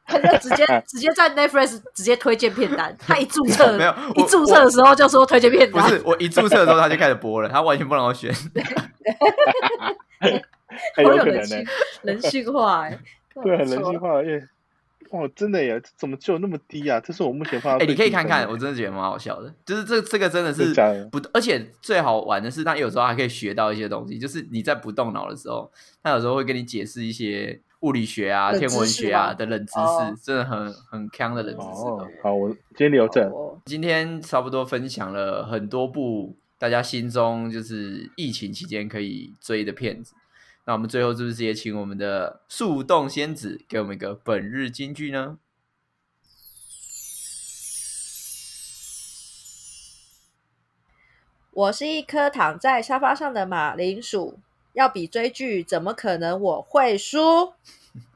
Speaker 1: 就直 接直接在 Netflix 直接推荐片 单，他一注册
Speaker 2: 没有，
Speaker 1: 一
Speaker 2: 我
Speaker 1: 注册的时候就说推荐片
Speaker 2: 我不
Speaker 1: 单，
Speaker 2: 是我一注册的时候他就开始播 了，他完全不让我选。
Speaker 3: 哎，
Speaker 1: 好
Speaker 3: 有可能
Speaker 1: 人
Speaker 3: 呢
Speaker 1: 性，人性化哎、
Speaker 3: 对，很
Speaker 1: 不
Speaker 3: 人
Speaker 1: 错
Speaker 3: 性化，耶。哇，真的耶，怎么只有那么低啊？这是我目前放到
Speaker 2: 哎、
Speaker 3: 最
Speaker 2: 你
Speaker 3: 低
Speaker 2: 可
Speaker 3: 分
Speaker 2: 以
Speaker 3: 的。
Speaker 2: 看看，我真的觉得蛮好笑的。就是这这个真的是
Speaker 3: 真假的
Speaker 2: 不，而且最好玩的是，他有时候还可以学到一些东西。就是你在不动脑的时候，他有时候会跟你解释一些物理学啊、
Speaker 1: 冷
Speaker 2: 天文
Speaker 1: 知识
Speaker 2: 学啊
Speaker 1: 吗
Speaker 2: 的冷知识，
Speaker 1: 哦
Speaker 2: 真的很很强的冷知识
Speaker 3: 哦
Speaker 2: 都。，
Speaker 3: 好，我今天留着。
Speaker 1: 哦
Speaker 2: 今天差不多分享了很多部大家心中就是疫情期间可以追的片子。那我们最后是不是也请我们的树洞仙子给我们一个本日金句呢？
Speaker 1: 我是一颗躺在沙发上的马铃薯，要比追剧，怎么可能我会输？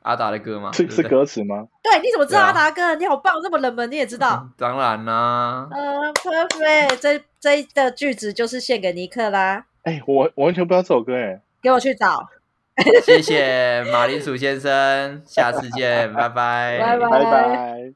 Speaker 2: 阿达的歌吗？
Speaker 3: 是
Speaker 2: 对不
Speaker 3: 是
Speaker 2: 对，
Speaker 3: 歌词吗？
Speaker 1: 对，你怎么知道
Speaker 2: 对啊
Speaker 1: 阿达哥？你好棒，那么冷门你也知道。
Speaker 2: 当然啦、
Speaker 1: 呃，perfect，这这一的句子就是献给尼克啦，
Speaker 3: 哎、我我完全不知道这首歌哎。
Speaker 1: 给我去找，
Speaker 2: 谢谢马铃薯先生，下次见，拜拜，
Speaker 1: 拜拜
Speaker 3: 拜拜。